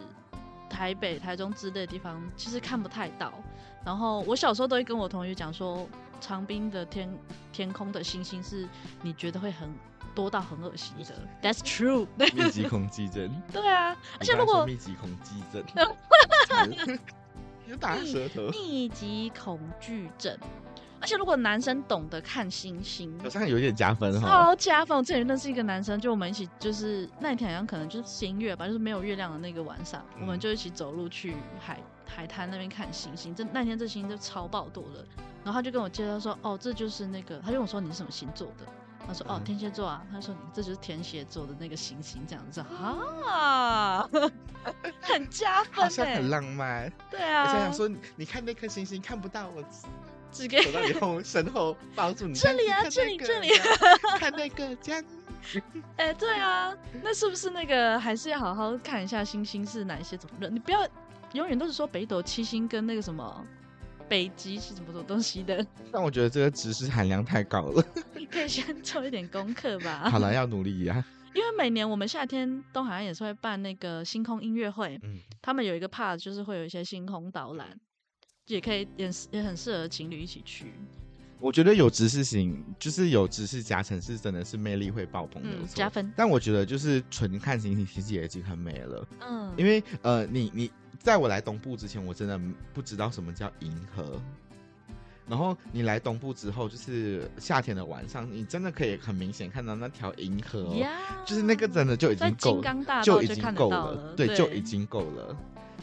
台北、台中之类的地方其实看不太到，然后我小时候都会跟我同学讲说，长滨的天天空的星星是你觉得会很多到很恶心的，That's true 。 <laughs> <laughs> 密集恐惧症，对啊，而且你刚才如说果密集恐惧 <laughs> 症，嗯你就打舌 <laughs> 头，密集恐惧症，而且如果男生懂得看星星好，啊像有点加分哈。超加分。我之前认识一个男生，就我们一起就是那一天好像可能就是新月吧，就是没有月亮的那个晚上，嗯我们就一起走路去海海滩那边看星星。这那天这星星就超爆多了，然后他就跟我介绍说，哦，这就是那个，他就跟我说你是什么星座的。他说：“哦嗯，天蝎座啊。”他说：“你这就是天蝎座的那个星星，这样 <laughs> 子啊，很加分好像欸很浪漫，对我啊。”想想说，你看那颗星星看不到，我走只给到你后身后抱住你，这里啊看看那个这里 <laughs> 看那个这样，哎、对啊，那是不是那个还是要好好看一下星星是哪一些种类？你不要永远都是说北斗七星跟那个什么北极是什么什么东 <laughs> 西的，但我觉得这个知识含量太高 <laughs> 了。你可以先做一点功 <laughs> 课吧。好了，要努力呀、因为每年我们夏天东海岸也是会办那个星空音乐会，嗯，他们有一个 part 就是会有一些星空导览，也可以也也很适合情侣一起去。我觉得有知识型，就是有知识加成是真的是魅力会爆棚的，嗯没错加分但我觉得就是纯看星星其实也已经很美了，嗯，因为呃，你你在我来东部之前，我真的不知道什么叫银河。然后你来东部之后，就是夏天的晚上，你真的可以很明显看到那条银河哦、呀，就是那个真的就已在经够金，刚大道就已就经看够得到了，对，就已经够了。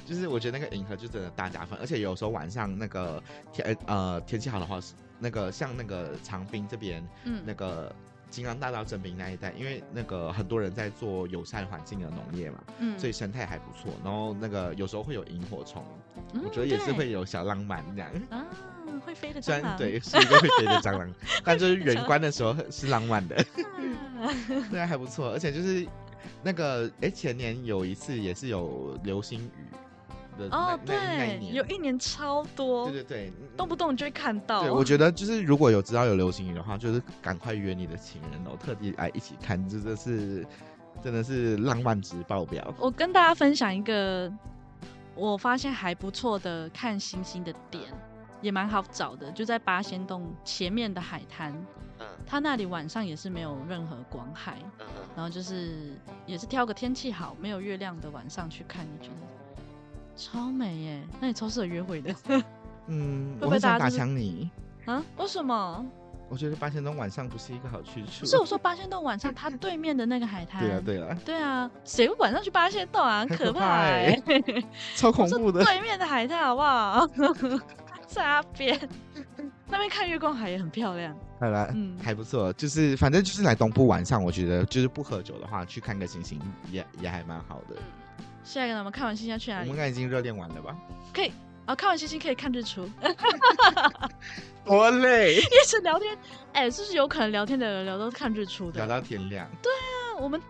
就是我觉得那个银河就真的大加分，而且有时候晚上那个天呃天气好的话，是那个像那个长滨这边嗯那个金刚大道正滨那一带，因为那个很多人在做友善环境的农业嘛，嗯，所以生态还不错。然后那个有时候会有萤火虫，嗯我觉得也是对会有小浪漫 <laughs> 这样。啊，会飞的虽蟑然螂，对是一个会飞的蟑螂，但就是远观的时候是浪漫 <laughs> 的。 <laughs> 啊，对啊，还不错，而且就是那个哎，前年有一次也是有流星雨的那、哦，那那一对，年，有一年超多对，对对，嗯动不动你就会看到。哦对，我觉得就是如果有知道有流星雨的话，就是赶快约你的情人哦，特地来一起看，真的是真的是浪漫值爆表。我跟大家分享一个我发现还不错的看星星的点，也蛮好找的，就在八仙洞前面的海滩。嗯它那里晚上也是没有任何光害，嗯然后就是也是挑个天气好、没有月亮的晚上去看，你觉得超美耶？那你超适合约会的 <laughs> 嗯，会我不会很想大家打就是枪你。啊？为什么？我觉得八仙洞晚上不是一个好去处。不是我说八仙洞晚上，它对面的那个海滩。对啊，对啊，对啊，谁会晚上去八仙洞啊？很很可可怕怕欸欸！ <laughs> 超恐怖的。对面的海滩好不好？在那边，那边看月光海也很漂 <laughs> 亮。好啦，嗯还不错，就是反正就是来东部晚上，我觉得就是不喝酒的话，去看个星星也也还蛮好的。下一个呢？我们看完星星要去哪我里？们刚才已经热恋完了吧？啊，看完星星可以看日出， <laughs> 多累，一直聊天。哎、是不是有可能聊天的人聊都是看日出聊的？到天亮。那我们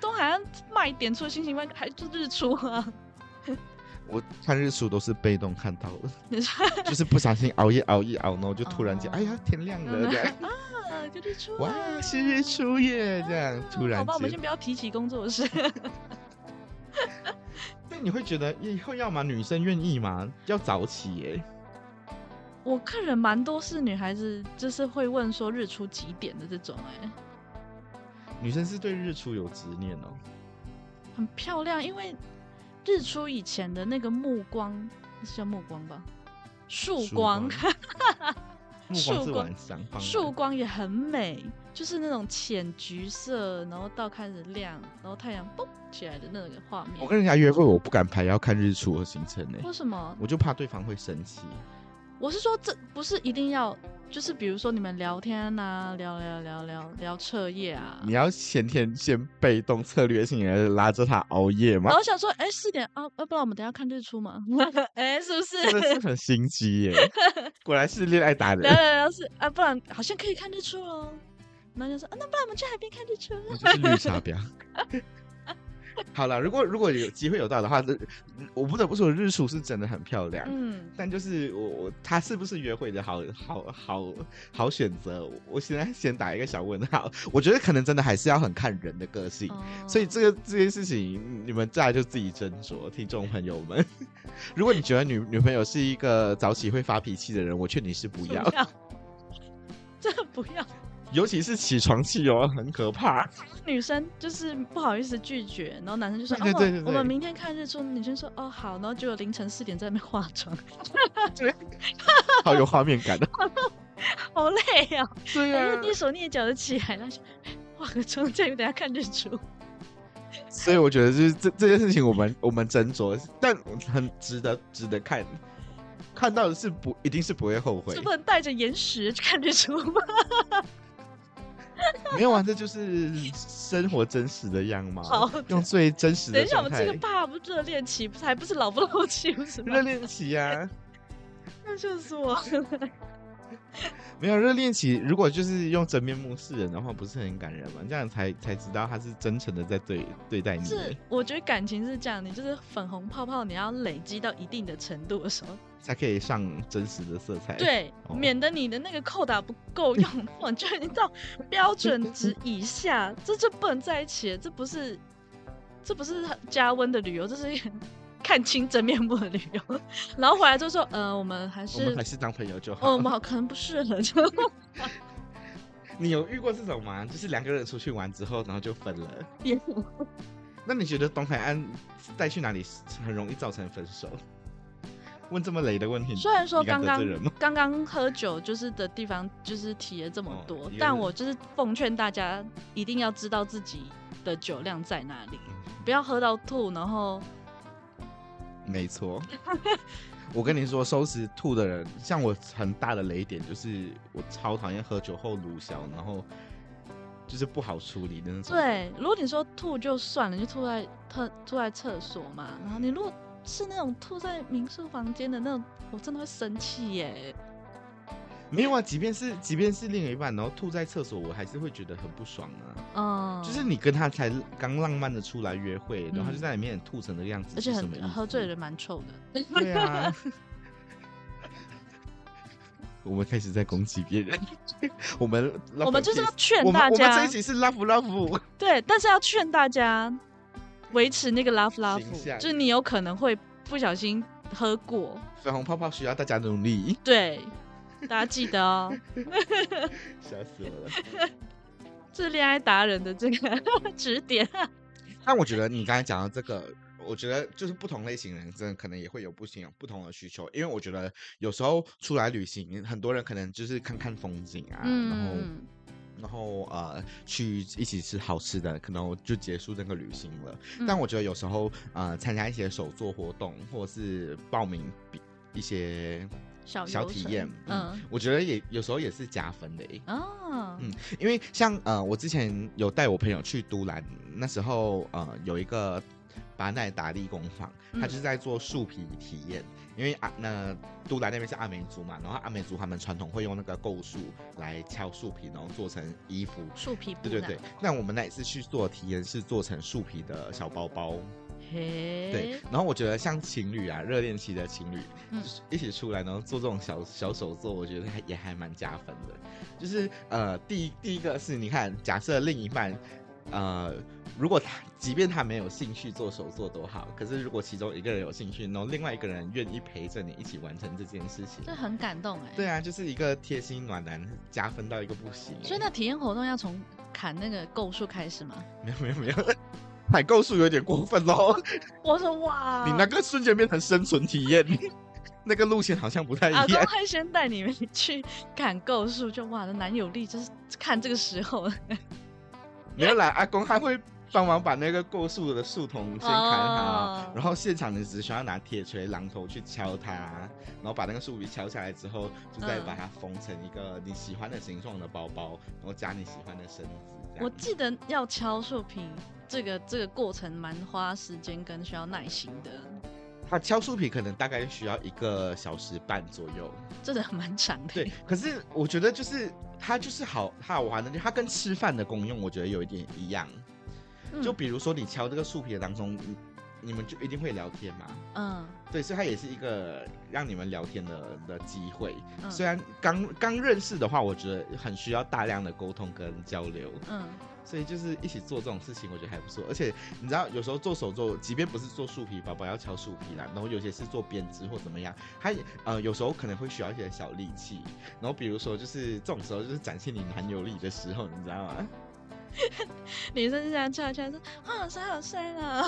东海岸卖点出星星，还就日出啊？ <laughs> 我看日出都是被动看到的， <laughs> 你说就是不小心熬夜熬夜熬，然后就突然间，哦哎呀，天亮了，这 <laughs> 样，啊，就日出、啊。哇，是日出耶，这样突哦好然吧，我们先间。不要提起工作室。那你会觉得以后要么女生愿意嘛，要早起耶，我客人蛮多是女孩子，就是会问说日出几点的这种、哎，女生是对日出有执念哦。很漂亮，因为日出以前的那个目光是叫目光吧，曙 <laughs> 光，目光曙是光晚上傍晚曙光也很美，就是那种浅橘色，然后到开始亮，然后太阳蹦起来的那个画我面。跟人家约会，我不敢排要看日出和行程呢、为什么？我就怕对方会生气。啊我是说，这不是一定要，就是比如说你们聊天啊，聊聊聊聊聊彻夜啊，你要先天先被动策略性的拉着他熬夜吗然？后想说，哎、四点啊，要不然我们等一下看日出嘛？ <laughs> 哎、是不真的是？是很心机耶、<laughs> 果然是恋爱达聊人。聊聊是啊，不然好像可以看日出喽。然后就说，啊，那不然我们去海边看日出。我就是绿茶 <laughs> 婊。好了，如果如果有机会有到的话，这我不得不说日出是真的很漂亮。嗯，但就是我我他是不是约会的好好好好选择？我现在先打一个小问号。我觉得可能真的还是要很看人的个性。所以哦这个这件事情，你们再来就自己斟酌，听众朋友们。 <laughs> 如果你觉得女女朋友是一个早起会发脾气的人，我劝你是不要，不要，真的哦 <laughs> 不要。 <laughs> 尤其是起床气哦，很可怕。女生就是不好意思拒绝，然后男生就说：“对哦对对对我，我对们明天看日出。”女生说：“哦，好。”然后结果凌晨四点在那边化妆，好有画面感 <laughs> 的。好累呀、啊，对因为呀、蹑手蹑脚的起来，然后就哎化个妆，再等下看日出。所以我觉得就是这这件事情，我们我们斟酌，但很值得值得看，看到的是不一定是不会后悔这。不能带着眼屎去看日出吗？ <laughs> 没有啊，这就是生活真实的样貌，好的用最真实 <laughs> 等的一下，我状们这态个。爸不热恋期，不是还不是老不老气，不是热吗？恋期啊，那就是我。 <laughs> 没有热恋期，如果就是用真面目示人的话，不是很感人吗？这样才才知道他是真诚的在对对待你。是，我觉得感情是这样，你就是粉红泡泡，你要累积到一定的程度的时候，才可以上真实的色彩。，对，哦免得你的那个扣打不够用，我觉得你到标准值以下，这就不能在一起了。这不是，这不是加温的理由，这是一个看清真面目的理由。 <laughs> 然后回来就说，呃，我们还我们是还，是当朋友就好。哦，我们好可能不适合，就 <laughs> 你有遇过这种吗？就是两个人出去玩之后，然后就分了。也那你觉得东海岸带去哪里很容易造成分手？问这么雷的问题，虽然说你敢刚得刚罪人吗刚刚喝酒就是的地方就是提了这么哦多，一个但是我就是奉劝大家一定要知道自己的酒量在哪里，嗯不要喝到吐，然后没 <laughs> 错，我跟你说，收拾吐的人，像我很大的雷点就是我超讨厌喝酒后鲁小，然后就是不好处理的那种。对。如果你说吐就算了，就吐在厕吐在厕所嘛，然后你如果是那种吐在民宿房间的那种，我真的会生气耶。没有啊，即便是即便是另一半，然后吐在厕所，我还是会觉得很不爽啊。嗯，就是你跟他才刚浪漫的出来约会，然后他就嗯在里面吐成那个样子，而且是什么意很思喝醉人蛮臭的，对 <laughs> 啊。我们开始在攻击别 <laughs> 人，我们我们就是要劝我们大我们家这一集是 love love，对，但是要劝大家维持那个 love 形象 love，就是你有可能会不小心喝过，粉红泡泡需要大家努 <laughs> 力，对，大家记得 <laughs> 哦，笑死我了。这是恋爱达人的这个 <laughs> 指点。但我觉得你刚才讲到这个，我觉得就是不同类型人真的可能也会有不行不同的需求，因为我觉得有时候出来旅行，很多人可能就是看看风景啊，然后嗯，然后呃去一起吃好吃的，可能就结束那个旅行了。嗯但我觉得有时候呃参加一些手作活动，或者是报名比一些小小游体程验，嗯嗯，我觉得也有时候也是加分的耶。啊嗯，因为像呃，我之前有带我朋友去都兰，那时候呃有一个巴奈达利工坊，他嗯就是在做树皮体验。因为啊，那都兰那边是阿美族嘛，然后阿美族他们传统会用那个构树来敲树皮，然后做成衣服。树皮布对对呢对，，那我们那一次去做的体验是做成树皮的小包包，嘿，对。然后我觉得像情侣啊，热恋期的情侣，嗯就是一起出来，然后做这种小小手作，我觉得还也还蛮加分的。就是呃，第一第一个是你看，假设另一半，呃，如果他即便他没有兴趣做手作都好，可是如果其中一个人有兴趣，然后另外一个人愿意陪着你一起完成这件事情，这很感动哎。对啊，就是一个贴心暖男，加分到一个不行。欸所以那体验活动要从砍那个构树开始吗？没有没有没有， <laughs> 采购数有点过分喽。我说哇，你那个瞬间变成生存体验， <laughs> 那个路线好像不太一阿公样。会先带你们去砍构树，就哇，那男友力就是看这个时候。没有啦，阿公他会帮忙把那个过树的树筒先砍好，哦然后现场你只需要拿铁锤、榔头去敲它，然后把那个树皮敲下来之后，就再把它缝成一个你喜欢的形状的包包，然后加你喜欢的绳子。这样我记得要敲树皮这个这个过程蛮花时间跟需要耐心的，它敲树皮可能大概需要一个小时半左右。真的蛮长的。对，可是我觉得就是它就是好好玩的，就它跟吃饭的功用我觉得有一点一样。嗯，就比如说你敲这个树皮的当中，你你们就一定会聊天嘛。嗯对，所以它也是一个让你们聊天的的机会。嗯，虽然刚刚认识的话，我觉得很需要大量的沟通跟交流，嗯所以就是一起做这种事情，我觉得还不错。而且你知道，有时候做手作，即便不是做树皮，宝宝要敲树皮啦，然后有些是做编织或怎么样，它也呃有时候可能会需要一些小力气。然后比如说，就是这种时候就是展现你男友力的时候，你知道吗？女生就这样敲一敲说啊谁好帅 <laughs> 了，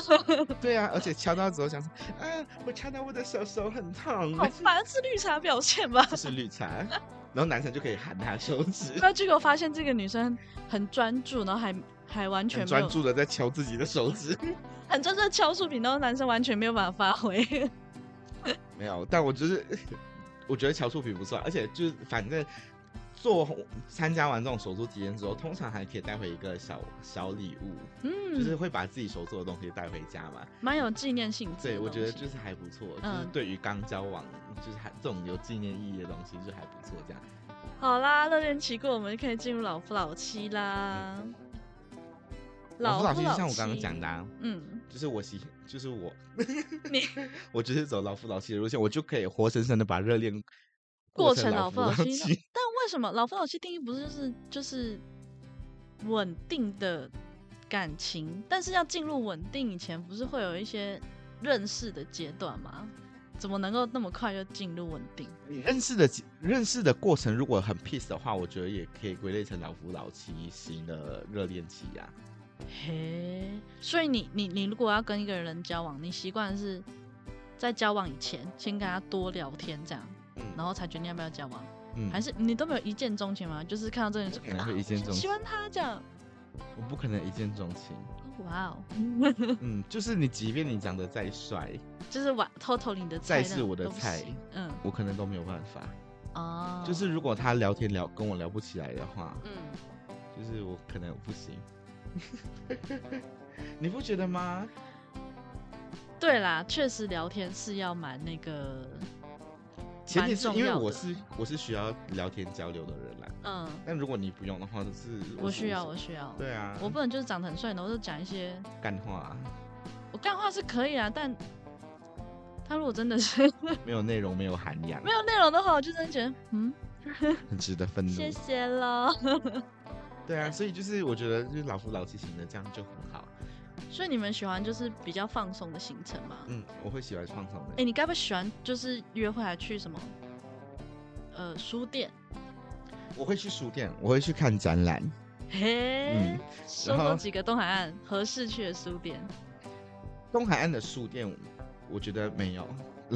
对啊，而且敲到之后想说，啊，我敲到我的手手很痛，好烦，是绿茶婊现吧？这是绿茶。 <laughs> 然后男生就可以喊他手指， <laughs> 那结果发现这个女生很专注，然后还还完全很没有专注的在敲自己的手指。 <laughs> 很专注地敲树皮，然后男生完全没有办法发挥。没有，但我就是 <laughs> 我觉得乔树皮不错，而且就是反正做参加完这种手作体验之后，通常还可以带回一个小小礼物，就嗯，是会把自己手做的东西带回家嘛。蛮有纪念性质的对，我东觉得西就是还不错，就是嗯对于刚交往，就是还这种有纪念意义的东西就还不错，这样。好啦，热恋期过，我们就可以进入老夫老妻啦。嗯老夫老老妻就像我刚刚讲的、啊，嗯，就是我喜， <laughs> 就是我， <laughs> 你我就是走老夫老妻的路线，我就可以活生生的把热恋过成程老夫夫老妻那。妻。 <laughs> 但为什么老夫老妻定义不是就是就是稳定的感情？但是要进入稳定以前，不是会有一些认识的阶段吗？怎么能够那么快就进入稳定？你认识的认识的过程如果很 peace 的话，我觉得也可以归类成老夫老妻型的热恋期呀、嘿，所以你你你如果要跟一个人交往，你习惯是在交往以前先跟他多聊天这样，嗯然后才决定要不要交往，嗯，哦还是你都没有一见钟情吗？就是看到这个人可说能啊，会一见钟喜情，欢他这样，我不可能一见钟 <laughs> 情。哇哦，嗯，就是你，即便你长得再帅，就是玩偷偷你的再菜那是种我的都不菜行，嗯我可能都没有办法。哦，就是如果他聊天聊跟我聊不起来的话，嗯，就是我可能不 <laughs> 行。你不觉得吗？对啦，确实聊天是要蛮那个，前提蛮是重因为要我的是我是需要聊天交流的人啦。嗯，但如果你不用的话，就是我需要，是我需要，对啊，我不能就是长得很帅，然后就讲一些干话，啊我干话是可以啊，但他如果真的 <laughs> 是没有内容，没有涵养， <laughs> 没有内容的话，我就真的觉得，嗯，很值得愤怒。谢谢喽。对啊，所以就是我觉得就是老夫老妻型的这样就很好。 <laughs> 所以你们喜欢就是比较放松的行程吗？嗯，我会喜欢放松哎、的。你该不会喜欢就是约会还去什么？呃，书店，我会去书店，我会去看展览。嘿嗯，收然走后几个东海岸合适去的书店。东海岸的书店，我觉得没有。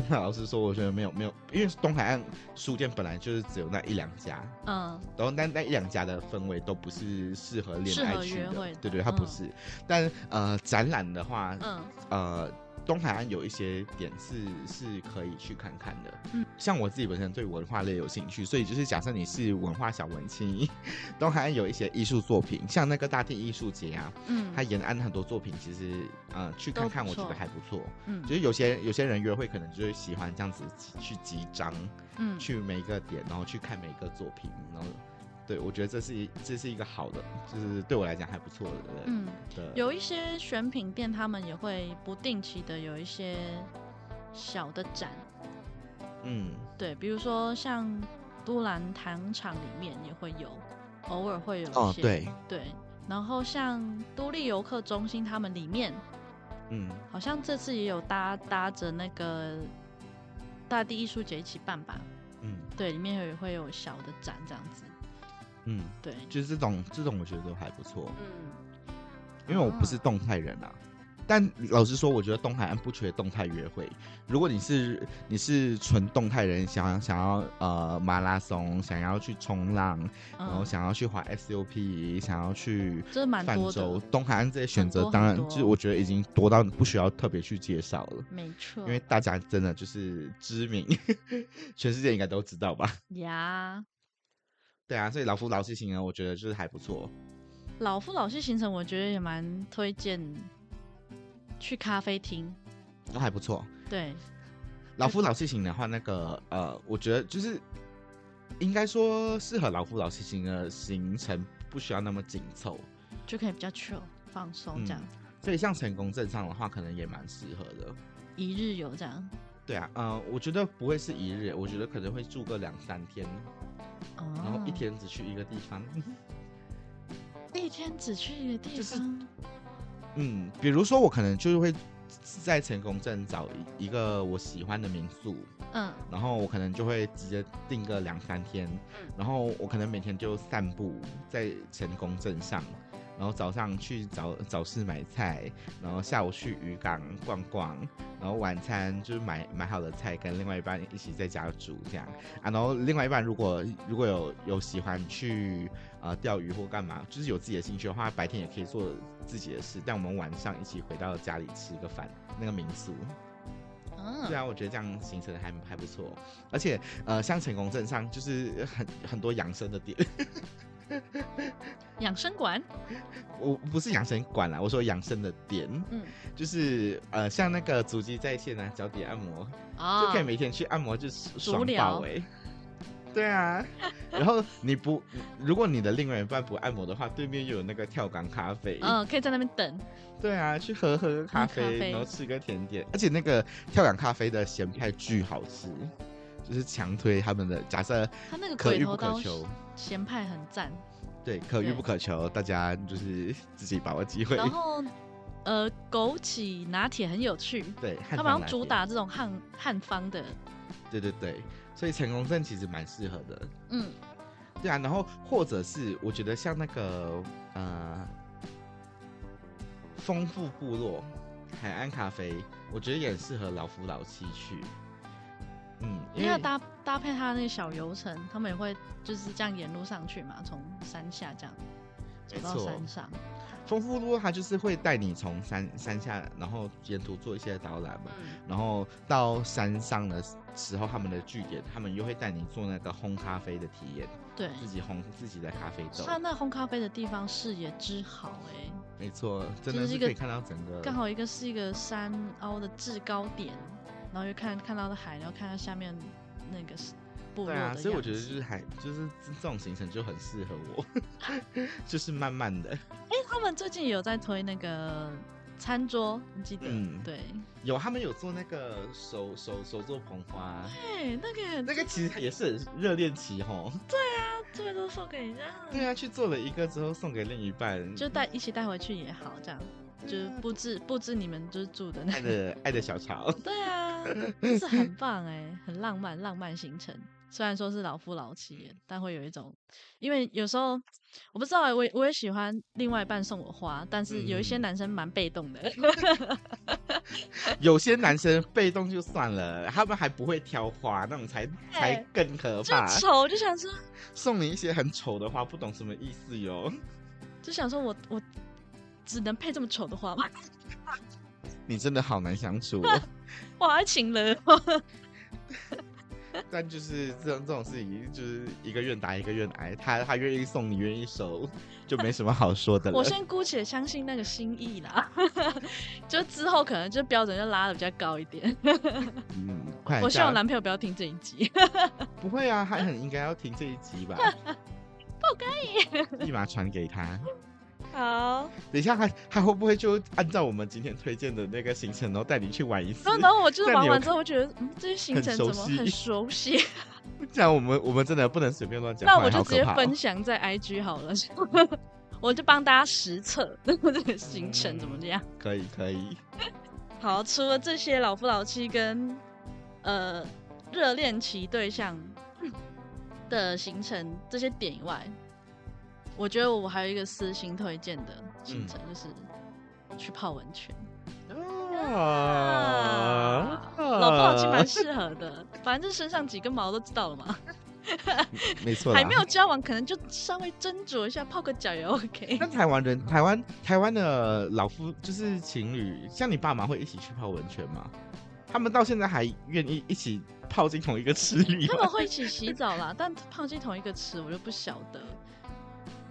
老实说，我觉得没有没有，因为东海岸书店本来就是只有那一两家，嗯，然后那那一两家的氛围都不是适合恋适爱合去约的，会的对对，它不嗯是。但呃，展览的话，嗯，呃，东海岸有一些点是是可以去看看的。嗯，像我自己本身对文化类有兴趣，所以就是假设你是文化小文青， <laughs> 东海岸有一些艺术作品，像那个大地艺术节啊，嗯，它沿岸很多作品，其实呃去都看看，不我觉错得还不错。嗯就是有些有些人约会可能就会喜欢这样子集去集章，嗯，去每一个点，然后去看每一个作品，然后对我觉得这是一这是一个好的，就是对我来讲还不错的。嗯，的有一些选品店，他们也会不定期的有一些小的展，嗯，对，比如说像都兰糖厂里面也会有，偶尔会有一些、哦对，对然后像都立游客中心，他们里面嗯。好像这次也有搭搭着那个大地艺术节一起办吧？嗯对，里面也会有小的展这样子。嗯，对，就是这种这种我觉得都还不错，嗯，因为我不是动态人啊。但老实说，我觉得东海岸不缺动态约会。如果你是你是纯动态人，想要想要呃马拉松，想要去冲浪，然后嗯，想要去滑 SUP，想要去这蛮泛多舟的，，东海岸这些选很择多，当很然就是多我觉得已经多到不需要特别去介绍了，没错，因为大家真的就是知名， <laughs> 全世界应该都知道吧？ <laughs> 呀，对啊，所以老夫老妻型呢，我觉得就是还不错。老夫老妻行程，我觉得也蛮推荐去咖啡厅。都还不错。对，老夫老妻型的话，那个呃，我觉得就是应该说适合老夫老妻型的行程不需要那么紧凑，就可以比较 chill 放松嗯这样，所以像成功镇上的话，可能也蛮适合的。一日游这样。对啊，呃，我觉得不会是一日，我觉得可能会住个两三天，哦，然后一天只去一个地方。一天只去一个地方，就是嗯，比如说我可能就是会在成功镇找一一个我喜欢的民宿，嗯然后我可能就会直接定个两三天，然后我可能每天就散步在成功镇上，然后早上去早早市买菜，然后下午去渔港逛逛，然后晚餐就是买买好的菜跟另外一半一起在家煮这样啊，然后另外一半如果如果有有喜欢去呃钓鱼或干嘛，就是有自己的兴趣的话，白天也可以做自己的事，但我们晚上一起回到家里吃个饭，那个民宿。嗯，对啊，我觉得这样行程还还不错，而且呃，像成功镇上就是很很多养生的点，养生馆， <laughs> 我不是养生馆啦，我说养生的点，嗯就是呃，像那个足迹在线啊，脚底按摩，啊，就可以每天去按摩，就是足爽疗爆哎、对 <laughs> 啊，然后你不，如果你的另外一半不按摩的话，对面又有那个跳港咖啡，嗯，可以在那边等。对啊，去喝喝咖啡，咖啡然后吃个甜点，而且那个跳港咖啡的咸派巨好吃，就是强推他们的。假设他那个可鬼遇头不可刀求，咸派很赞，对，可遇对不可求，大家就是 <laughs> 自己把握机会。然后呃枸杞拿铁很有趣，对，汉他方们好拿像主铁，打这种汉汉方的，对对对，所以成功证其实蛮适合的。嗯，对啊，然后或者是我觉得像那个呃，丰富部落海岸咖啡，我觉得也很适合老夫老妻去。嗯，因因为要为搭搭配他那个小游程，他们也会就是这样沿路上去嘛，从山下这样走没到错山上，丰富部落它就是会带你从山山下，然后沿途做一些导览嘛，嗯，然后到山上的时候，他们的据点，他们又会带你做那个烘咖啡的体验，对。自己烘自己的咖啡豆。他那烘咖啡的地方视野之好哎、没错，真就的是是一个可以看到整个刚好一个是一个山凹的制高点，然后又看看到的海，然后看到下面那个是部落对的样啊，子。所以我觉得就是还就是这这种行程就很适合我， <laughs> 就是慢慢的。哎、他们最近有在推那个餐桌，你记得？嗯对，有他们有做那个手手手做捧花，哎、那个那个其实也是很热恋期吼。嗯这个都送给人家，对啊，去做了一个之后送给另一半，就带一起带回去也好，这样就是嗯布置布置你们就是住的那爱的爱的小潮。 <laughs> 对啊，就是很棒哎、很浪漫，浪漫行程。虽然说是老夫老妻耶，但会有一种，因为有时候我不知道哎、我也我也喜欢另外一半送我花，但是有一些嗯男生蛮被动的，有些男生被动就算了，他们还不会挑花，那种才才对更可就怕。丑就想说送你一些很丑的花，不懂什么意思哟。 <laughs> 就想说我我只能配这么丑的花吗？你真的好难相处哦。 <laughs> 我还请了，但就是这种这种事情，就是一个愿打一个愿挨，他他愿意送你愿意收，就没什么好说的了。我先姑且相信那个心意啦， <laughs> 就之后可能就标准就拉的比较高一点。嗯，快，我希这望我样男朋友不要听这一集，不会啊，他很应该要听这一集吧？不可以，立马传给他。好。等一下他他会不会就按照我们今天推荐的那个行程，然后带你去玩一次然？后，然后我就那是你玩有完之后，我觉得嗯，这些行很程怎熟么悉很熟悉？这样我们我们真的不能随便乱讲 <laughs> 那话，我就好直可接怕哦分享在 IG 好了， <laughs> 我就帮大家实测 <laughs> 这个行程怎么样。可以可以，好，除了这些老夫老妻跟呃热恋期对象的行程这些点以外，我觉得我还有一个私心推荐的行程，就是去泡温泉。啊啊，老夫老妻蛮适合的，反正身上几根毛都知道 <laughs> 了嘛。没错啦，还没有交往，可能就稍微斟酌一下，泡个脚也 <laughs> OK。那台湾人，台湾台湾的老夫就是情侣，像你爸妈会一起去泡温泉吗？他们到现在还愿意一起泡进同一个池里他吗们？会一起洗澡啦，但泡进同一个池，我就不晓得。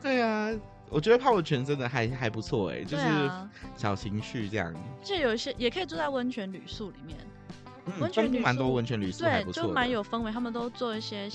对啊，我觉得泡温泉真的还还不错哎、就对是啊，小情趣这样。而且有一些也可以住在温泉旅宿里面，嗯温泉东部旅蛮多宿温泉旅宿还对不，错就的，蛮有氛围。他们都做一些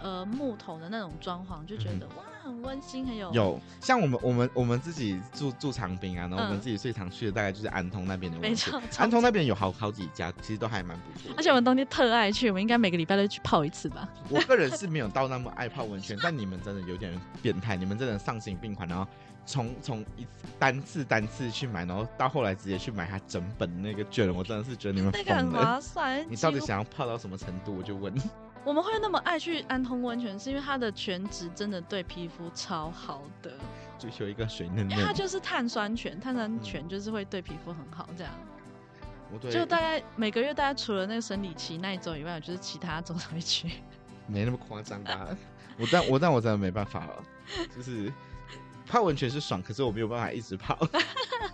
呃木头的那种装潢，就觉得、哇很温馨，很有嗯有像我们我们我们自己住住长滨啊，然后我们嗯自己最常去的大概就是安通那边的没温泉错。。 <laughs> 安通超那边有好好几家，其实都还蛮不错的。而且我们冬天特爱去，我们应该每个礼拜都去泡一次吧？我个人是没有到那么爱泡温泉，但你们真的有点变态，你们真的丧心病狂，然后从从一次单次单次去买，然后到后来直接去买它整本的那个券，我真的是觉得你们那个很疯了。划算。嗯你到底几乎想要泡到什么程度？我就问。 <laughs> 我们会那么爱去安通温泉，是因为它的全脂真的对皮肤超好的，追求一个水嫩因为它嫩，就是碳酸泉，碳酸泉就是会对皮肤很好，这样。我嗯对就大概每个月，大概除了那个生理期那一周以外，我就是其他周都会去。没那么夸张 <laughs> 吧。我但我但我真的没办法了，就是泡温泉是爽，可是我没有办法一直 <laughs> 泡。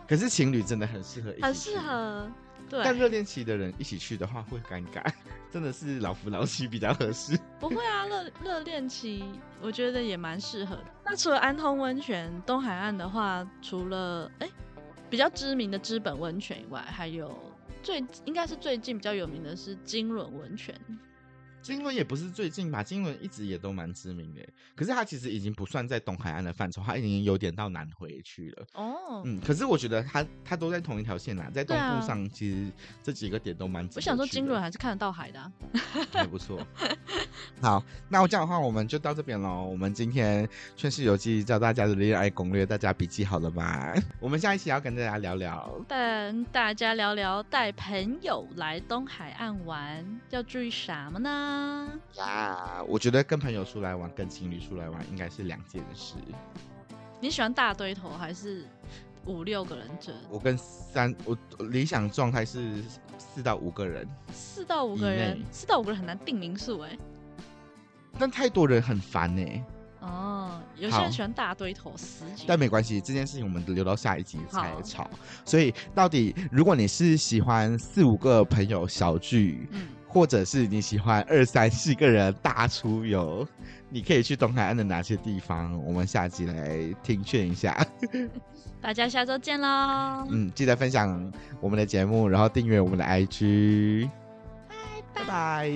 可是情侣真的很适合一起，很适。合。欸但对，热恋期的人一起去的话会尴尬，真的是老夫老妻比较合适。 <laughs> 不会啊，热热恋期我觉得也蛮适合的。那除了安通温泉，东海岸的话，除了哎、比较知名的知本温泉以外，还有最应该是最近比较有名的是金轮温泉。金轮也不是最近吧，金轮一直也都蛮知名的，可是它其实已经不算在东海岸的范畴，它已经有点到南回去了。哦，嗯，可是我觉得它它都在同一条线啦，在东对啊部上其实这几个点都蛮值得我想说去金的轮还是看得到海的啊、还不错。 <laughs> 好，那我这样的话，我们就到这边喽。我们今天《劝世游记》教大家的恋爱攻略，大家笔记好了吗？ <laughs> 我们下一期要跟大家聊聊但大家聊聊带朋友来东海岸玩要注意什么呢？呀。我觉得跟朋友出来玩，跟情侣出来玩，应该是两件事。你喜欢大堆头还是五六个人整？我跟三，我理想状态是四到五个人，四到五个以人内，四到五个人很难定民宿哎、但太多人很烦呢、哦，有些好人喜欢大堆头，十几但没关系，这件事情我们留到下一集才好吵。所以，到底如果你是喜欢四五个朋友小聚，嗯，或者是你喜欢二三四个人大出游， <laughs> 你可以去东海岸的哪些地方？我们下集来听劝一下。 <laughs> 大家下周见喽，嗯，记得分享我们的节目，然后订阅我们的 IG。拜拜。